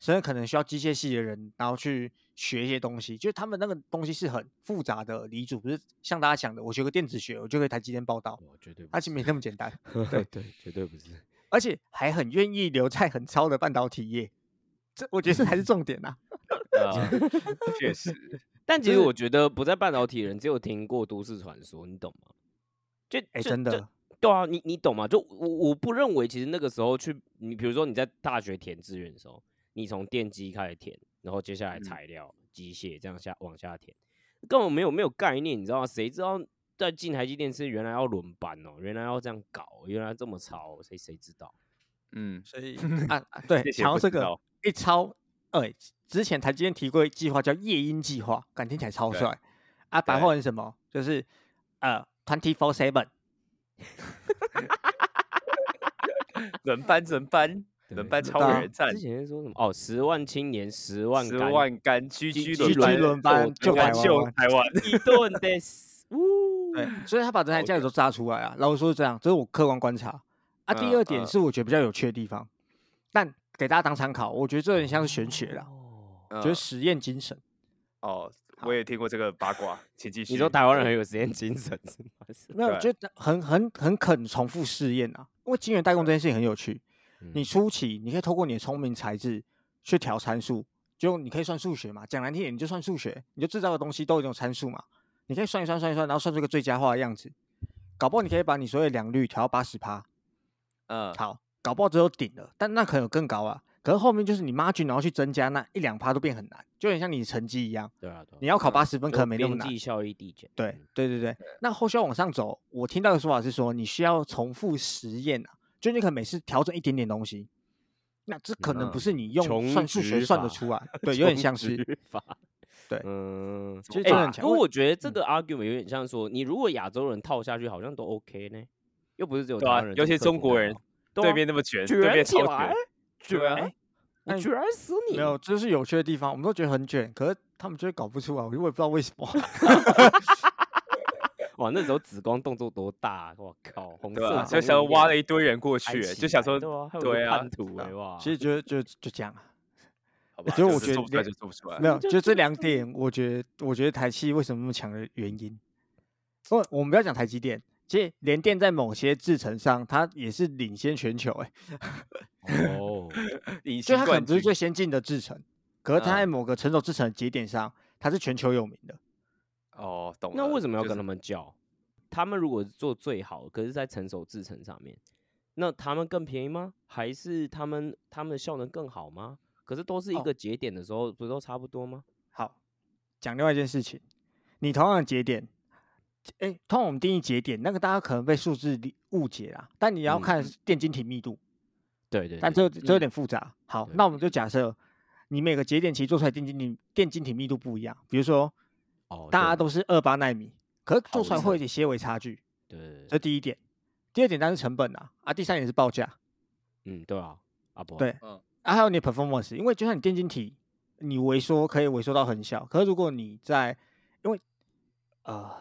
甚至可能需要机械系的人，然后去学一些东西。就是他们那个东西是很复杂的理主，不是像大家想的，我学个电子学，我就可以台积电报道，哦，绝对不它其实没那么简单，是，对，绝对不是。 而且还很愿意留在很超的半导体业，这我觉得嗯这才是重点呐、啊， 确实，但其就实是我觉得不在半导体人，只有听过都市传说，你懂吗？就哎、就真就的，对啊，你你懂吗？就我我不认为，其实那个时候去，你比如说你在大学填志愿的时候，你从电机开始填，然后接下来嗯材料、机械这样下往下填，根本没有没有概念，你知道吗？谁知道在进台积电是原来要轮班哦，原来要这样搞，原来这么吵，谁谁知道？嗯，所以啊，啊对，谢谢然后不这知个道一超，哎、之前台积电提过一计划叫夜鹰计划，感觉听起来超对帅啊，白对话文是什么？就是呃，twenty four seven。 轮班轮班轮对班之超对啊人战之。前是说什么？哦，十万青年，十万十干万干居居居居轮轮班班哦救台湾台 湾救湾台湾，一吨 des，呜，对，所以他把整台价值都炸出来啊。老实说是这样，这是我客观观察啊。第嗯二点嗯是我觉得比较有趣的地方，但给大家当参考，我觉得这有点像是玄学啦，哦嗯觉得实验精神。哦，我也听过这个八卦，请继续。你说台湾人很有实验精神是吗？是没有，就很很很肯重复试验啊。因为晶圆代工这件事情很有趣， 嗯你初期你可以透过你的聪明才智去调参数，就你可以算数学嘛，讲难听点你就算数学，你就制造的东西都有一种参数嘛，你可以算一算算一算，然后算出一个最佳化的样子。搞不好你可以把你所有的良率调到八十趴，嗯，好，搞不好只有顶了，但那可能有更高啊。可是后面就是你 margin 然后去增加那一两趴都变很难，就很像你的成绩一样，对啊，对啊你要考八十分就可能没那么边难际。效益递减，对嗯对对对，那后续要往上走，我听到的说法是说，你需要重复实验啊，就你可能每次调整一点点东西，那这可能不嗯是你用穷算数学举算得法出来，对，有点终像是止法，对嗯，其实哎真的很不强嗯过我我觉得这个 argument 有点像说，你如果亚洲人套下去，好像都 OK 呢，又不是只有对台啊湾人这尤么刻苦耐劳，其中国人对啊对面那么卷，卷对面起超来卷，卷，对啊哎那我你卷死你！没有，这是有趣的地方，我们都觉得很卷，可是他们就是搞不出来，我就我也不知道为什么。哇，那时候紫光动作多大啊！我靠，红对吧？色就想要挖了一一堆人过去，欸就想说，对啊，还有对个啊叛徒哎哇！其实就就就这样啊，好吧，其实我就是觉做不得出来就做不出来没。有，就这两点，我觉得我觉得台系为什么那么强的原因，我我们不要讲台积电，其实联电在某些制程上，它也是领先全球、欸，哦，隐形就它可冠能不是军，最先进的制程，可是它在嗯某个成熟制程的节点上，它是全球有名的。哦，懂了。那为什么要就跟是他们较？他们如果是做最好，可是在成熟制程上面，那他们更便宜吗？还是他们他们的效能更好吗？可是都是一哦个节点的时候，不都差不多吗？好，讲另外一件事情，你同样的节点，哎、通常我们定义节点，那个大家可能被数字理误解啦，但你要嗯看电晶体密度，对对但对这这有点复杂。好，对那我们就假设你每个节点其实做出来电晶体电晶体密度不一样，比如说哦，大家对都是二八纳米，可是做出来毫无会有一点些微差距，对对这对，第一点。第二点当然是成本啊，啊，第三点是报价。嗯，对啊，阿伯，对啊，还有你的 performance，因为就算你电晶体，你萎缩可以萎缩到很小，可是如果你在，因为呃，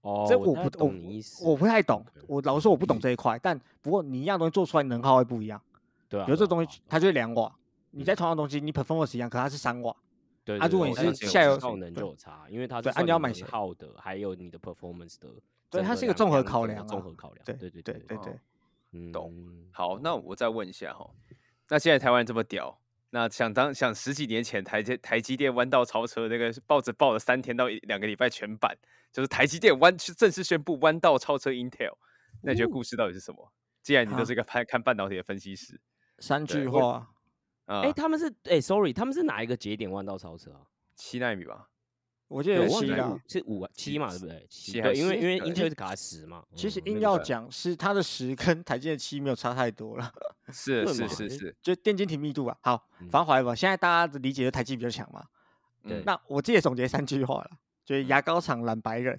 哦，这我我大概不我懂你意思，嗯我不太懂 OK，我老实说我不懂这一块，但不过你一样东西做出来能耗会不一样，对啊，比如对这啊东西，它就是两瓦，你在嗯同样东西你 performance 一样，可它是三瓦，对啊对如对果你我是了解我下知游道效水能对就有差，因为它是对啊算你要你买能谁耗的，还有你的 performance 的整个两，对它是一个综综合考量啊综合考量，对对对对对哦对，嗯懂好，那我再问一下哈，那现在台湾这么屌，那想当想十几年前台积台积电弯道超车那个报纸报了三天到一两个礼拜全版，就是台积电弯正式宣布弯道超车 Intel，那你觉得故事到底是什么？既然你哦好都是个看看半导体的分析师，三对句我话，啊、哎、他们是哎、s o r r y 他们是哪一个节点弯道超车啊？七纳米吧，我记对得我忘记有七是啦五。是五啊七嘛，对不对？七七对，哎还因为是因为对 Intel 是卡十嘛。其实嗯硬没要办法讲是它的十跟 台积电七没有差太多了，是会是吗是诶是，就电晶体密度啊。好，嗯反正怀吧，现在大家的理解就台积比较强嘛。对嗯，那我自己也总结三句话了，就是牙膏厂懒白人，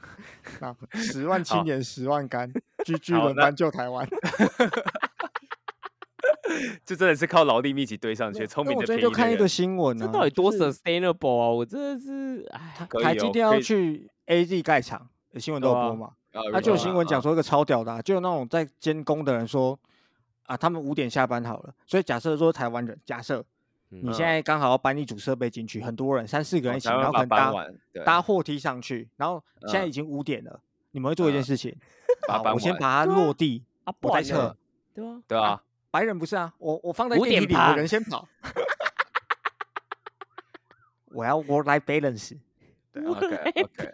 啊，十万青好年十万干，居居好轮那班救台湾。这真的是靠劳力密集堆上去，聪啊因为明我的最便宜近就的看一人个新闻啊呢、这到底多就是 sustainable 啊？我真的是哎，可台以积哦电可要以去 AZ 盖厂，新闻都有对啊播嘛。啊啊，就有新闻讲说，说一个超屌的、啊，就有那种在监工的人说，啊，他们五点下班好了，所以假设说台湾人，假设你嗯现在刚好要搬一组设备进去，很多人三四个人一起，哦台湾然后可把能搬搭完，对，搭货梯上去，然后现在已嗯经五点了，你们会做一件嗯事情，把它好搬我先完把它对啊落地，啊，不我在然呢测，对啊，对啊，白人不是啊，我我放在五电梯点里，我趴人先跑， 我要 work life balance，对，OK OK。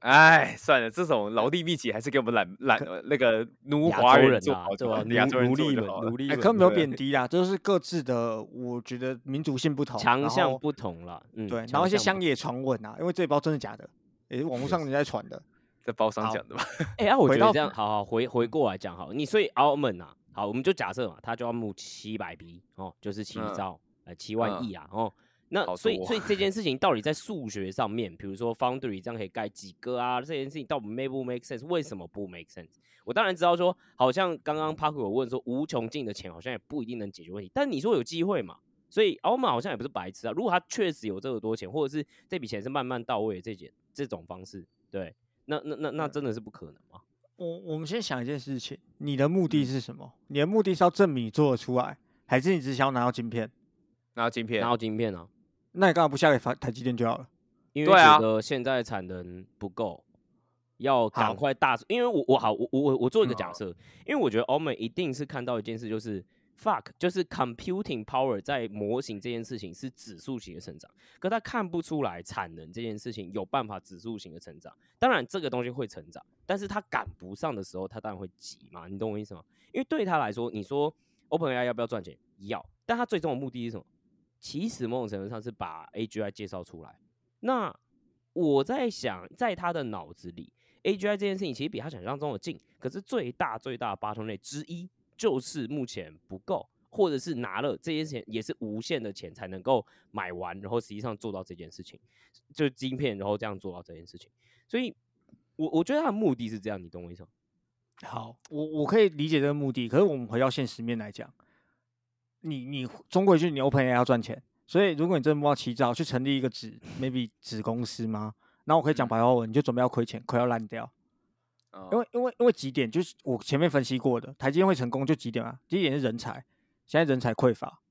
哎，算了，这种劳力密集还是给我们懒懒呃那个奴亚华洲人人做啊好就对好啊了，亚奴洲人奴做隶哦就们好奴了。隶哎，们可没有对贬低啦，这就是各自的，我觉得民族性不同，强然项后不同了，嗯，对，然强后一些项乡不野传闻啊，因为这也不知道真的假的，也是网络上人家在传的。这包商好讲的吧？哎、啊，我回觉得到嗯这样好好回回过来讲好，你所以澳门啊，好，我们就假设嘛，他就要募七百 B 哦，就是七嗯兆、呃七万嗯亿啊哦，那好所以多啊所以 这件事情到底在数学上面，比如说 Foundry 这样可以盖几个啊，这件事情到底 make 不 make sense？为什么不 make sense？我当然知道说，好像刚嗯刚 Park 有问说，无穷尽的钱好像也不一定能解决问题，但你说有机会嘛？所以澳门好啊像也不是白痴啊，如果他确实有这么多钱，或者是这笔钱是慢慢到位的这件这种方式，对，那那那嗯那真的是不可能吗？我我们先想一件事情，你的目的是什么？你的目的是要证明你做得出来，还是你只想要拿到晶片？拿到晶片拿，到晶片啊，那你干嘛不下给台台积电就好了？因为对觉啊得现在产能不够，要赶好快大，因为我我好我我我我做一个假嗯设，因为我觉得欧美一定是看到一件事，就是 fuck，就是 computing power 在模型这件事情是指数型的成长，可他看不出来产能这件事情有办法指数型的成长。当然这个东西会成长，但是他赶不上的时候，他当然会急嘛，你懂我意思吗？因为对他来说，你说 OpenAI 要不要赚钱？要，但他最终的目的是什么？其实某种程度上是把 AGI 介绍出来。那我在想，在他的脑子里，AGI 这件事情其实比他想象中的近，可是最大最大的 b o t t l 之一就是目前不够，或者是拿了这些钱也是无限的钱才能够买完，然后实际上做到这件事情，就是晶片，然后这样做到这件事情。所以我我觉得他的目的是这样，你懂我意思吗？好，我我可以理解这个目的，可是我们回到现实面来讲，你你中国就是你 OpenAI 要赚钱，所以如果你真的摸到起早去成立一个子 maybe 子公司吗？那我可以讲白话文，你就准备要亏钱，亏到烂掉。嗯因为因为因为几点就是我前面分析过的，台积电会成功就几点啊？第一点是人才，现在人才匮乏，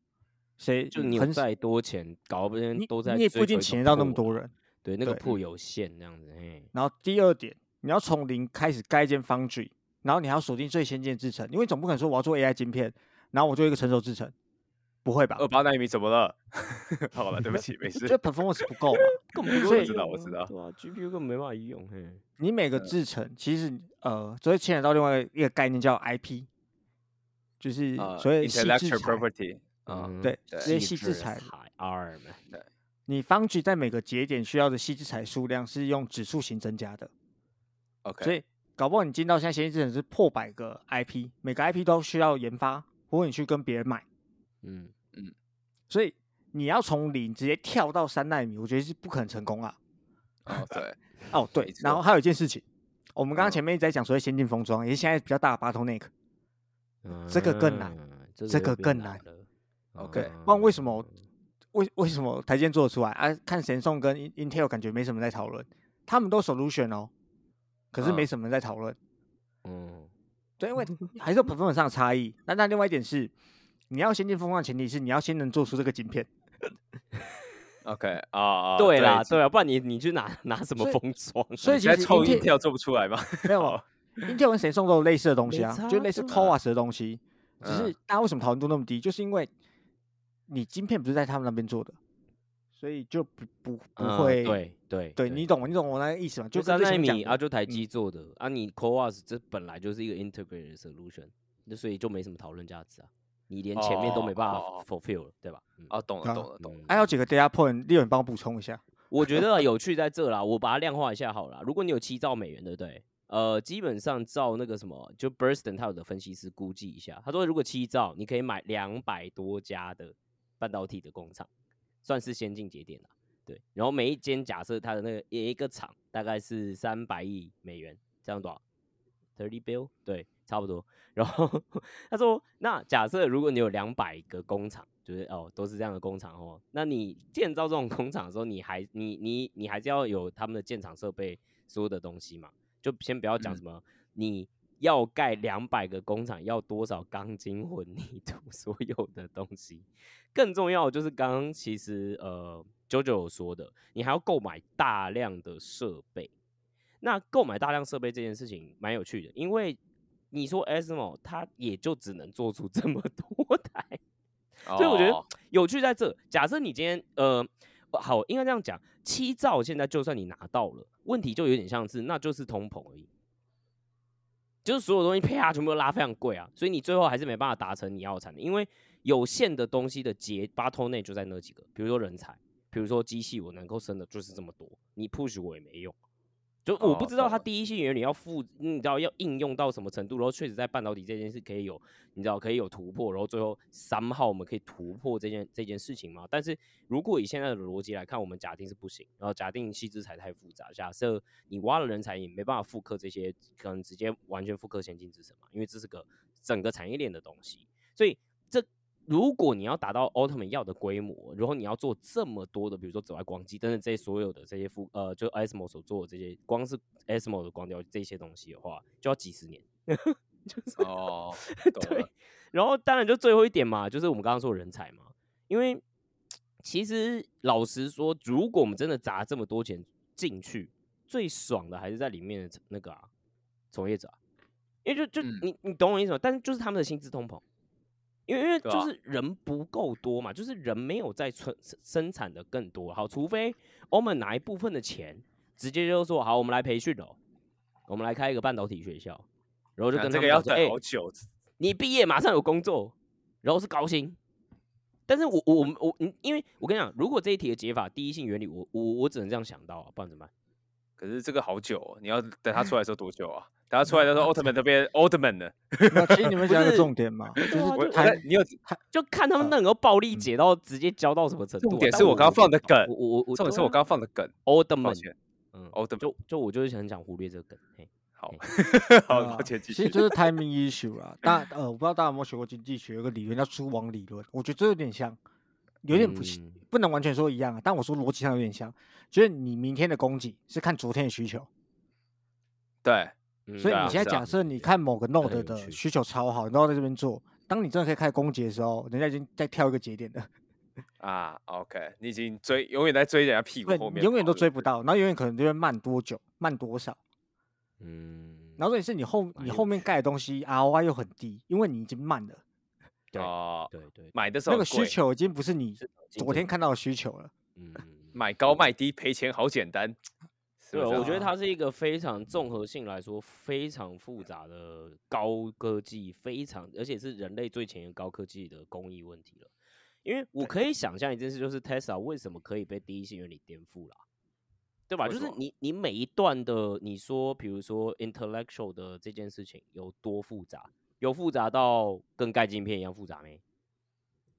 谁就你有嗯很少再多钱，搞不定你都在你也不追一定求请个得到那么破多人。对，那个对铺有限这样子，嘿，然后第二点，你要从零开始盖一间 foundry，然后你还要锁定最先进的制程，因为总不可能说我要做 AI 晶片，然后我做一个成熟制程，不会吧二？八纳米怎么了？ 好哦了，对不起，没事就。performance 不 够啊。根本不不所会以用啊我知道我知对啊，GPU 根本没办法用，嘿，你嗯每个制程其实呃，所以牵扯到另外一个概念叫 IP，就是啊所以细制，intellectual 裁， property 啊，嗯对，对这些细细制制裁，裁 ARM，你 foundry 在每个节点需要的细制裁数量是用指数型增加的， ，OK，所以搞不好你进到现在先进制程是破百个 IP，每个 IP 都需要研发，或者你去跟别人买。嗯，所以你要从零直接跳到三纳米，我觉得是不可能成功啊。哦，对，哦，对没，然错后还有一件事情，我们刚嗯刚前面一直在讲所谓先进封装，也是现在比较大的 bottleneck，这个更难啊，这又个变更难难了。 OK，不然为什啊么为为什么台积电做得出来啊？看神送跟 In- Intel 感觉没什么在讨论，他们都 solution 哦，可是没嗯什么人在讨论。嗯，对，因为还是有 performance 上的差异。那那另外一点是，你要先进封装的前提是你要先能做出这个晶片。 OK 啊啊，对啦，对，对啊，不然你你去拿拿什么所以封装？啊所以你其现在实凑 Intel- 一跳做不出来吗？没有，Intel 跟谁送都有类似的东没西啊差，就类似对 CoWAS 的东西，只嗯是大家为什么讨论度那么低，就是因为你晶片不是在他们那边做的，所以就不不 嗯不会，对对对你懂我，你懂我那个意思吗？就跟三最纳前面米讲啊，的嗯就台积做的啊，你 CoWAS 这本来就是一个 integrated solution，那所以就没什么讨论价值啊，你连前面都没办哦法哦 fulfill 了，对吧？嗯啊，懂对了，啊懂了，懂了。嗯还有几个 data point，六，你帮我补充一下。我觉得有趣在这啦，我把它量化一下好了啦。如果你有七兆美元，对不对？呃，基本上照那个什么，就 Burston 他有的分析师估计一下，他说如果七兆，你可以买两百多家的半导体的工厂，算是先进节点啦。对，然后每一间假设它的那个一个厂大概是三百亿美元，这样多少？Thirty bill，对，差不多。 然后他说，那假设如果你有两百个工厂，就是哦，都是这样的工厂哦，那你建造这种工厂的时候，你还你你你还是要有他们的建厂设备所有的东西嘛？就先不要讲嗯什么，你要盖两百个工厂要多少钢筋混凝土 所有的东西，更重要的就是刚刚其实呃九九有说的，你还要购买大量的设备。那购买大量设备这件事情蛮有趣的，因为你说 ASML 它也就只能做出这么多台，所所以我觉得有趣在这。假设你今天呃，呃好，应该这样讲，七兆现在就算你拿到了，问题就有点像是那就是通膨而已，就是所有东西啪全部都拉非常贵啊，所以你最后还是没办法达成你要的产能，因为有限的东西的结八头内就在那几个，比如说人才，比如说机器，我能够生的就是这么多，你 push 我也没用。就我哦不知道懂它了第一性原理要复，你知道要应用到什么程度，然后确实在半导体这件事可以有你知道可以有突破，然后最后三号我们可以突破这件这件事情吗？但是如果以现在的逻辑来看，我们假定是不行，然后假定细资材太复杂，假设你挖了人才也没办法复刻这些，可能直接完全复刻先进制程嘛，因为这是个整个产业链的东西，所以这如果你要达到奥特曼要的规模，然后你要做这么多的，比如说紫外光机等等这些所有的这些复呃，就 ASMO 所做的这些，光是 ASMO 的光雕这些东西的话，就要几十年。哦，懂 对了，然后当然就最后一点嘛，就是我们刚刚说人才嘛，因为其实老实说，如果我们真的砸这么多钱进去，最爽的还是在里面的那个啊，从业者、啊，因为就就、嗯你你懂我意思吗？但是就是他们的薪资通膨，因为因为对就啊是人不够多嘛，就是人没有在生生产的更多，好，除非欧盟拿一部分的钱，直接就说好，我们来培训哦，我们来开一个半导体学校，然后就那跟啊这他个们要讲说，等哎好久，你毕业马上有工作，然后是高薪。但是我我我我，嗯因为我跟你讲，如果这一题的解法第一性原理，我我我只能这样想到、啊，不然怎么办？可是这个好久哦，你要等他出来的时嗯候多久啊？等他出来的时 候，奥特曼都变奥特曼了。没有其实你们不讲一个是重点哦嘛，就啊是我我台在你有就看他们啊那能够暴力嗯解到直接教到什么程度啊、重点但是我我刚刚放的梗我我我重点是我刚刚放的梗，欧德抱曼，歉，嗯，欧德曼就就我就是想想忽略这个梗，嘿，好嘿，好，啊抱歉，继其实续。就是 timing issue 啦。大呃，我不知道大家有没有学过经济学，有个理论叫蛛网理论，我觉得这有点像，有点不是、嗯不能完全说一样啊，但我说逻辑上有点像，就是你明天的供给是看昨天的需求，对，嗯所对以啊你现在是啊假设你看某个 node 有的趣需求超好，然后在这边做，当你真的可以开始供给的时候，人家已经在跳一个节点了，啊，OK，你已经追，永远在追人家屁股对，后你面跑，永远都追不到。到，然后永远可能就会慢多久，慢多少。嗯，然后重点是你后蛮你有后面趣盖的东西 ROI 又很低，因为你已经慢了，对哦，对对，买的时候那个很需贵求已经不是你市场竞昨天争看到的需求了。嗯，嗯买高卖低赔钱好简单。是对，不是我啊觉得它是一个非常综合性来说非常复杂的高科技，非常而且是人类最前沿高科技的工艺问题了。因为我可以想象一件事，就是 Tesla 为什么可以被第一性原理颠覆啦，对吧？为就什是么你你每一段的你说，比如说 intellectual 的这件事情有多复杂，有复杂到跟盖晶片一样复杂没？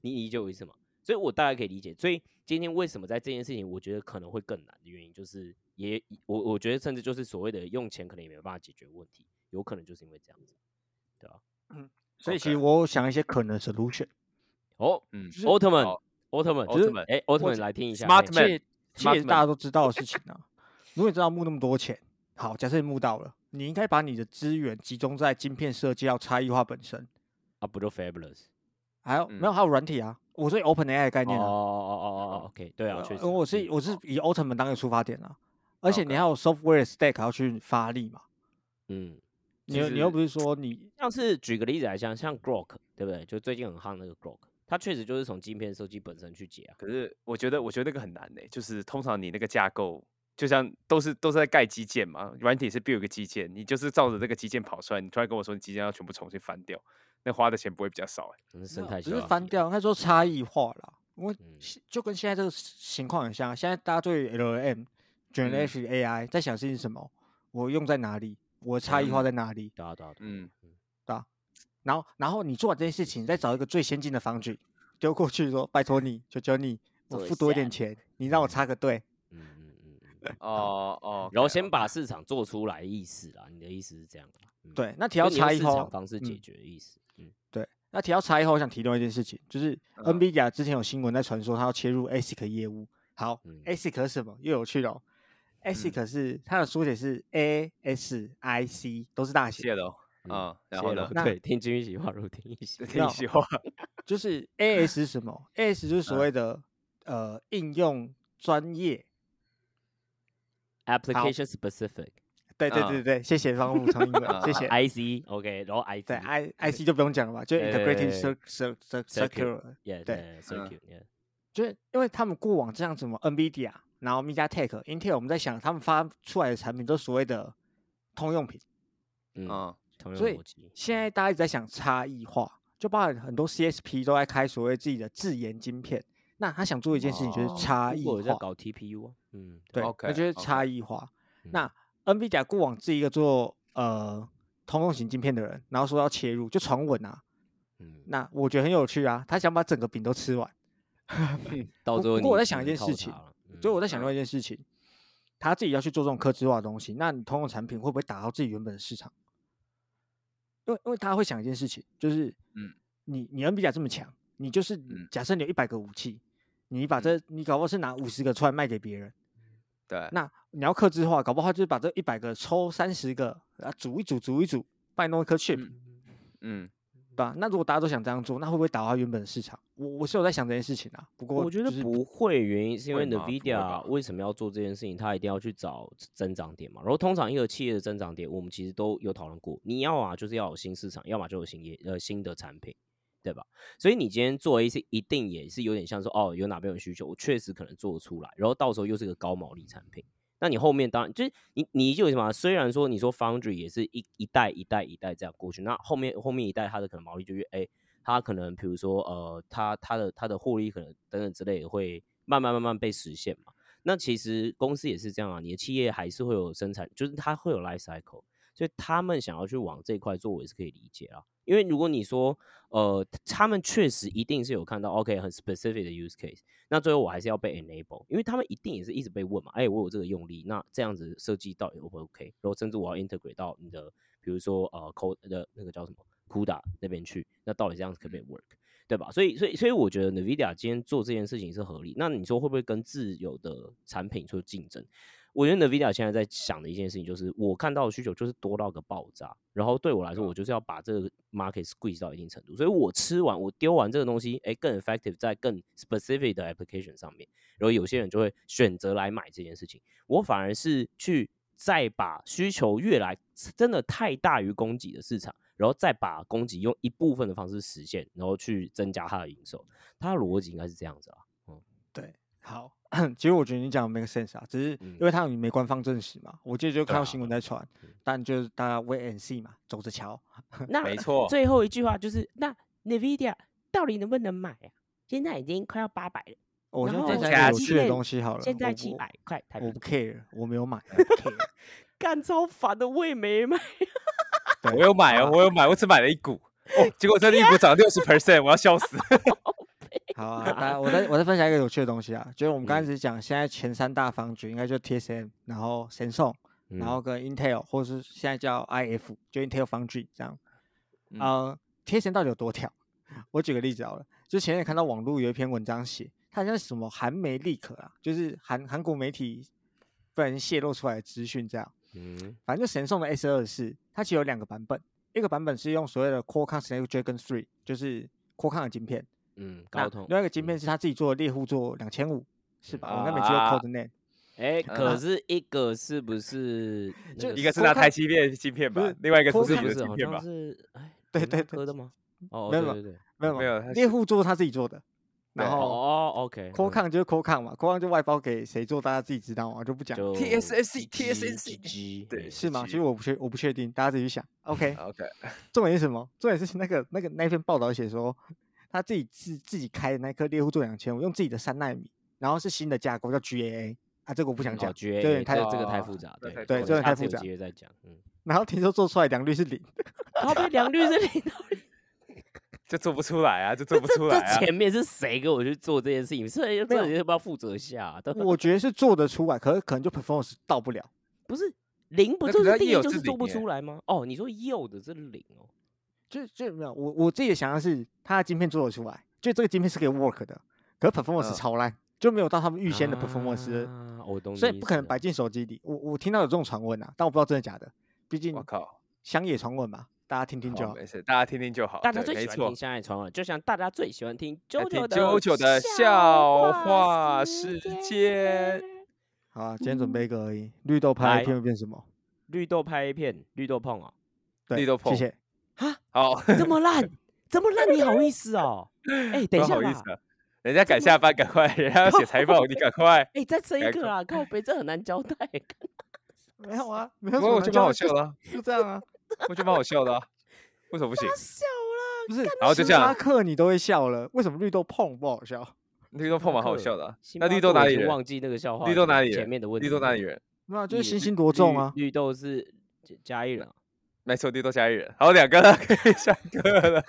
你理解我意思吗？所以我大概可以理解。所以今天为什么在这件事情，我觉得可能会更难的原因，就是也我我觉得甚至就是所谓的用钱可能也没有办法解决问题，有可能就是因为这样子，对吧、所以其实 OK 我有想一些可能 solution，哦，嗯就是奥特曼好，奥特曼，奥特曼哎，奥特我曼只来听一下 Smart 嘿 Man 其实其实也是 Smartman 大家都知道的事情啊。如果你知道募那么多钱，好，假设你募到了，你应该把你的资源集中在晶片设计要差异化本身，啊，不就 Fabulous？还有嗯没有还有软体啊？我说 Open AI 的概哦念哦啊，哦哦哦，OK，对啊，对啊确实，呃我是嗯我是以 Open 当一个出发点啊，而且你 OK 还有 software stack 要去发力嘛。嗯，你其又你又实不是说你像是举个例子来讲，像 Grok，对不对？就最近很夯那个 Grok，它确实就是从晶片设计本身去解啊。可是我觉得，我觉得那个很难呢、欸就是通常你那个架构，就像都是都是在盖基建嘛，软体是 build 一个基建，你就是照着这个基建跑出来，你突然跟我说你基建要全部重新翻掉，那花的钱不会比较少、欸？可能生态只系啊是统翻也掉，应该说差异化啦。因为嗯现就跟现在这个情况很像啊，现在大家对 LM、Generative 嗯 AI 在想的事情是什么？我用在哪里？我的差异化在哪里？对啊对啊，对啊 嗯，然后然后你做完这件事情，再找一个最先进的方具丢过去说：“拜托你，求求你，我做一付多一点下钱，你让我插个队。嗯嗯嗯嗯，哦哦，然后先把市场做出来的意思啦，你的意思是这样啦？嗯”对，，那提就到你用差异市场化方式嗯解决的意思。嗯，对，那提到差异化，我想提到一件事情，就是嗯 NVIDIA 之前有新闻在传说它要切入 ASIC 业务。好、嗯 a s i c 是什么？又有趣了、哦。ASIC 是它的缩写是 A S I C，都是大写谢。喽，嗯，然谢后了呢？那对，听金玉喜话如听一 喜这。听要你喜欢，就是 A S 是什么？A S 就嗯是所谓的、呃应用专业。 Application specific，对对嗯对对，谢谢方补充英文，谢 嗯谢。 IC OK，然后 IC 对 I I C 就不用讲了吧，就嗯对 integrating 对 cir cir cir Circuit circular， yeah 对嗯对 circuit yeah，就是因为他们过往这样什么 NVIDIA，然后 MediaTek、Intel，我们在想他们发出来的产品都是所谓的通用品，嗯，嗯，同样哦所以逻辑。现在大家一直在想差异化，就包含很多 CSP 都在开所谓自己的自研晶片，那他想做一件事情就是哦差异我在化，搞 TPU 啊，嗯，对， OK，那就是 OK 差异化。嗯那 NVIDIA 过往是一个做呃通用型晶片的人，然后说要切入，就传闻啊，嗯，那我觉得很有趣啊，他想把整个饼都吃完。到不最后不过我你在只想一能件靠事它情了，嗯嗯所以我在在想另外一件事情，他自己要去做这种科技化的东西，那你通用产品会不会打到自己原本的市场？因为因为他会想一件事情，就是嗯，你你 NVIDIA 这么强，你就是假设你有一百个武器，你嗯把这你搞不好是拿五十个出来卖给别人，对，那你要克制化，搞不好就是把这一百个抽三十个啊组一组组一组，拜弄一颗 chip，、嗯，对吧？那如果大家都想这样做，那会不会打到它原本的市场？我我是有在想这件事情啊，不过我觉得就是不会，原因是因会为吗不会 NVIDIA 吧为什么要做这件事情，它一定要去找增长点嘛。然后通常一个企业的增长点，我们其实都有讨论过，你要啊就是要有新市场，要么就有新业呃新的产品，对吧？所以你今天做 A C 一定也是有点像说哦，有哪边有需求，我确实可能做得出来，然后到时候又是一个高毛利产品。那你后面当然就是你，你就有什么？虽然说你说 Foundry 也是一一代一代一代这样过去，那后面后面一代它的可能毛利就越哎，它可能比如说呃，它它的它的获利可能等等之类的会慢慢慢慢被实现嘛。那其实公司也是这样啊，你的企业还是会有生产，就是它会有 life cycle，所以他们想要去往这一块做，我也是可以理解啊。因为如果你说呃，他们确实一定是有看到 OK 很 specific 的 use case，那最后我还是要被 enable，因为他们一定也是一直被问嘛，哎、我有这个用力，那这样子设计到底 O 不 OK？然后甚至我要 integrate 到你的，比如说呃 code 的那个叫什么 CUDA 那边去，那到底这样子可不可以 work？对吧？所以，所以，所以我觉得 NVIDIA 今天做这件事情是合理。那你说会不会跟自有的产品做竞争？我觉得 NVIDIA 现在在想的一件事情就是，我看到的需求就是多到个爆炸，然后对我来说，我就是要把这个 market squeeze 到一定程度，所以我吃完我丢完这个东西，哎，更 effective 在更 specific 的 application 上面，然后有些人就会选择来买这件事情，我反而是去再把需求越来真的太大于供给的市场，然后再把供给用一部分的方式实现，然后去增加它的营收，它的逻辑应该是这样子啊，对，好， 其实我觉得你讲的 make sense 啊，只是嗯因为它有没官方证实嘛，我记得就看啊到新闻在传，但就是大家 wait and see 嘛，走着瞧。那没哦错最后一句话就是，那 NVIDIA 到底能不能买啊？现在已经快要八百了，我然现在后讲加一个有起趣的来东西好了，现在我七不百块台币我，不 care，我没 有买，我不 care 干超烦的，我也没买。对我有买好哦，我有买，我只买了一 股，哦，结果这一啊股涨六十 percent，我要笑死。好啊，大家我再我再分享一个有趣的东西啊，就是我们嗯刚才只讲现在前三大方局应该就 TSM，然后神送， 然后跟 Intel 或是现在叫 IF，就 Intel Foundry 这样。嗯呃，贴钱到底有多屌？ 我举个例子好了，就前天看到网络有一篇文章写，它好像是什么韩媒立可啊，就是韩韩国媒体不然泄露出来的资讯这样。嗯反正就神送的 S 二四，它其实有两个版本，一个版本是用所谓的 Qualcomm Snapdragon 3，就是扩抗的晶片，嗯，那呃高通另外一个晶片是他自己做的猎户座两千五，是吧？我那每次都啊 code name， 哎、啊可是一个是不 是那就一个是是拿偷看台积电芯片吧不是，另外一个偷不不是是看不你是的芯好片像吧？是哎，对联对发对科的吗？哦，没对有对对，没有没有它猎是户座他自己做的，然对哦后哦，OK，扩嗯抗就是扩抗嘛，扩抗就外包给谁做，大家自己知道嘛，我就不讲。就 TSSC GG GG 对是吗？ GG 其实我不确我不确定，大家自己去想。OK， OK，重点是什么？重点是那个那个那篇报道写说，他自己自自己开的那颗猎户座两千五，用自己的三纳米，然后是新的架构叫 GAA 啊，这个我不想哦讲，就有 GA 点太啊这这个太哦复杂，这对太对我们这个下太次复有杂机会再讲，嗯，然后听说做出来良率是零， 然后被梁律师领导就做不出来啊，就做不出来啊这。前面是谁给我去做这件事情？这这有人要不要负责一下啊？都我觉得是做得出来，可是可能就 performance 到不了。不是零，不那就可是是它定也义有就是自做领不耶出来吗？哦，你说右的是零哦，就就没有我我自己的想象是，它的晶片做得出来，就这个晶片是可以 work 的，可是 performance 嗯超烂，就没有到他们预先的 performance，的、啊我懂你意思所了，以不可能摆进手机里。我我听到有这种传闻啊，但我不知道真的假的，毕竟我靠，乡野传闻嘛，大家听听就好好。没事，大家听听就好。大家对最喜欢没错听，相爱传闻，就像大家最喜欢听哎来九听九的九九的笑笑话时时间。 好啊，今天准备一个而已，绿豆来拍片会变什么？绿豆拍 A 片，绿豆碰啊，对，绿豆谢碰谢。好，这么烂，这么烂，你好意思哦？哎，等一不下好意啦，思啊，人家赶么下班，赶快，人家要写财报，你赶 快。哎，再生一改个口啊啦，靠北，这很难交代。没有啊，没有不什过么我难觉得教蛮好的笑就的啊， 就 这样啊，我觉得蛮好笑的啊，为什么不 行他？笑啦，不是，然后就星这样巴克你都会笑了，为什么绿豆碰不好笑？ 绿豆碰蛮好笑的啊。星那巴绿克豆哪我已里经人？忘记那个笑话了。绿豆哪里前人面的问题。绿豆哪里？人？没有啊，就绿是星星多重啊。绿豆是加一人啊，没错，绿豆加一人。好，两个了，可以下一个了。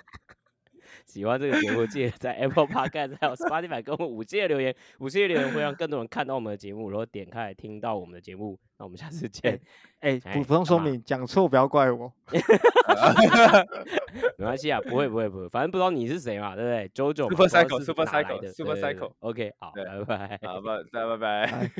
喜欢这个节目，记得在 Apple Podcast 还有 Spotify 给我们五星的留言，五星的留言会让更多人看到我们的节目，然后点开来听到我们的节目。那我们下 次见，哎，哎补补充说干嘛明，讲错不要怪我。没关系啊，不会不会不会，反正不知道你是谁嘛，对不对？JoJo 嘛 Super 不知道是 Psycho，Super 哪来 Psycho，的 Super 对对对 Psycho OK，好，对哎拜拜。好吧，那拜拜。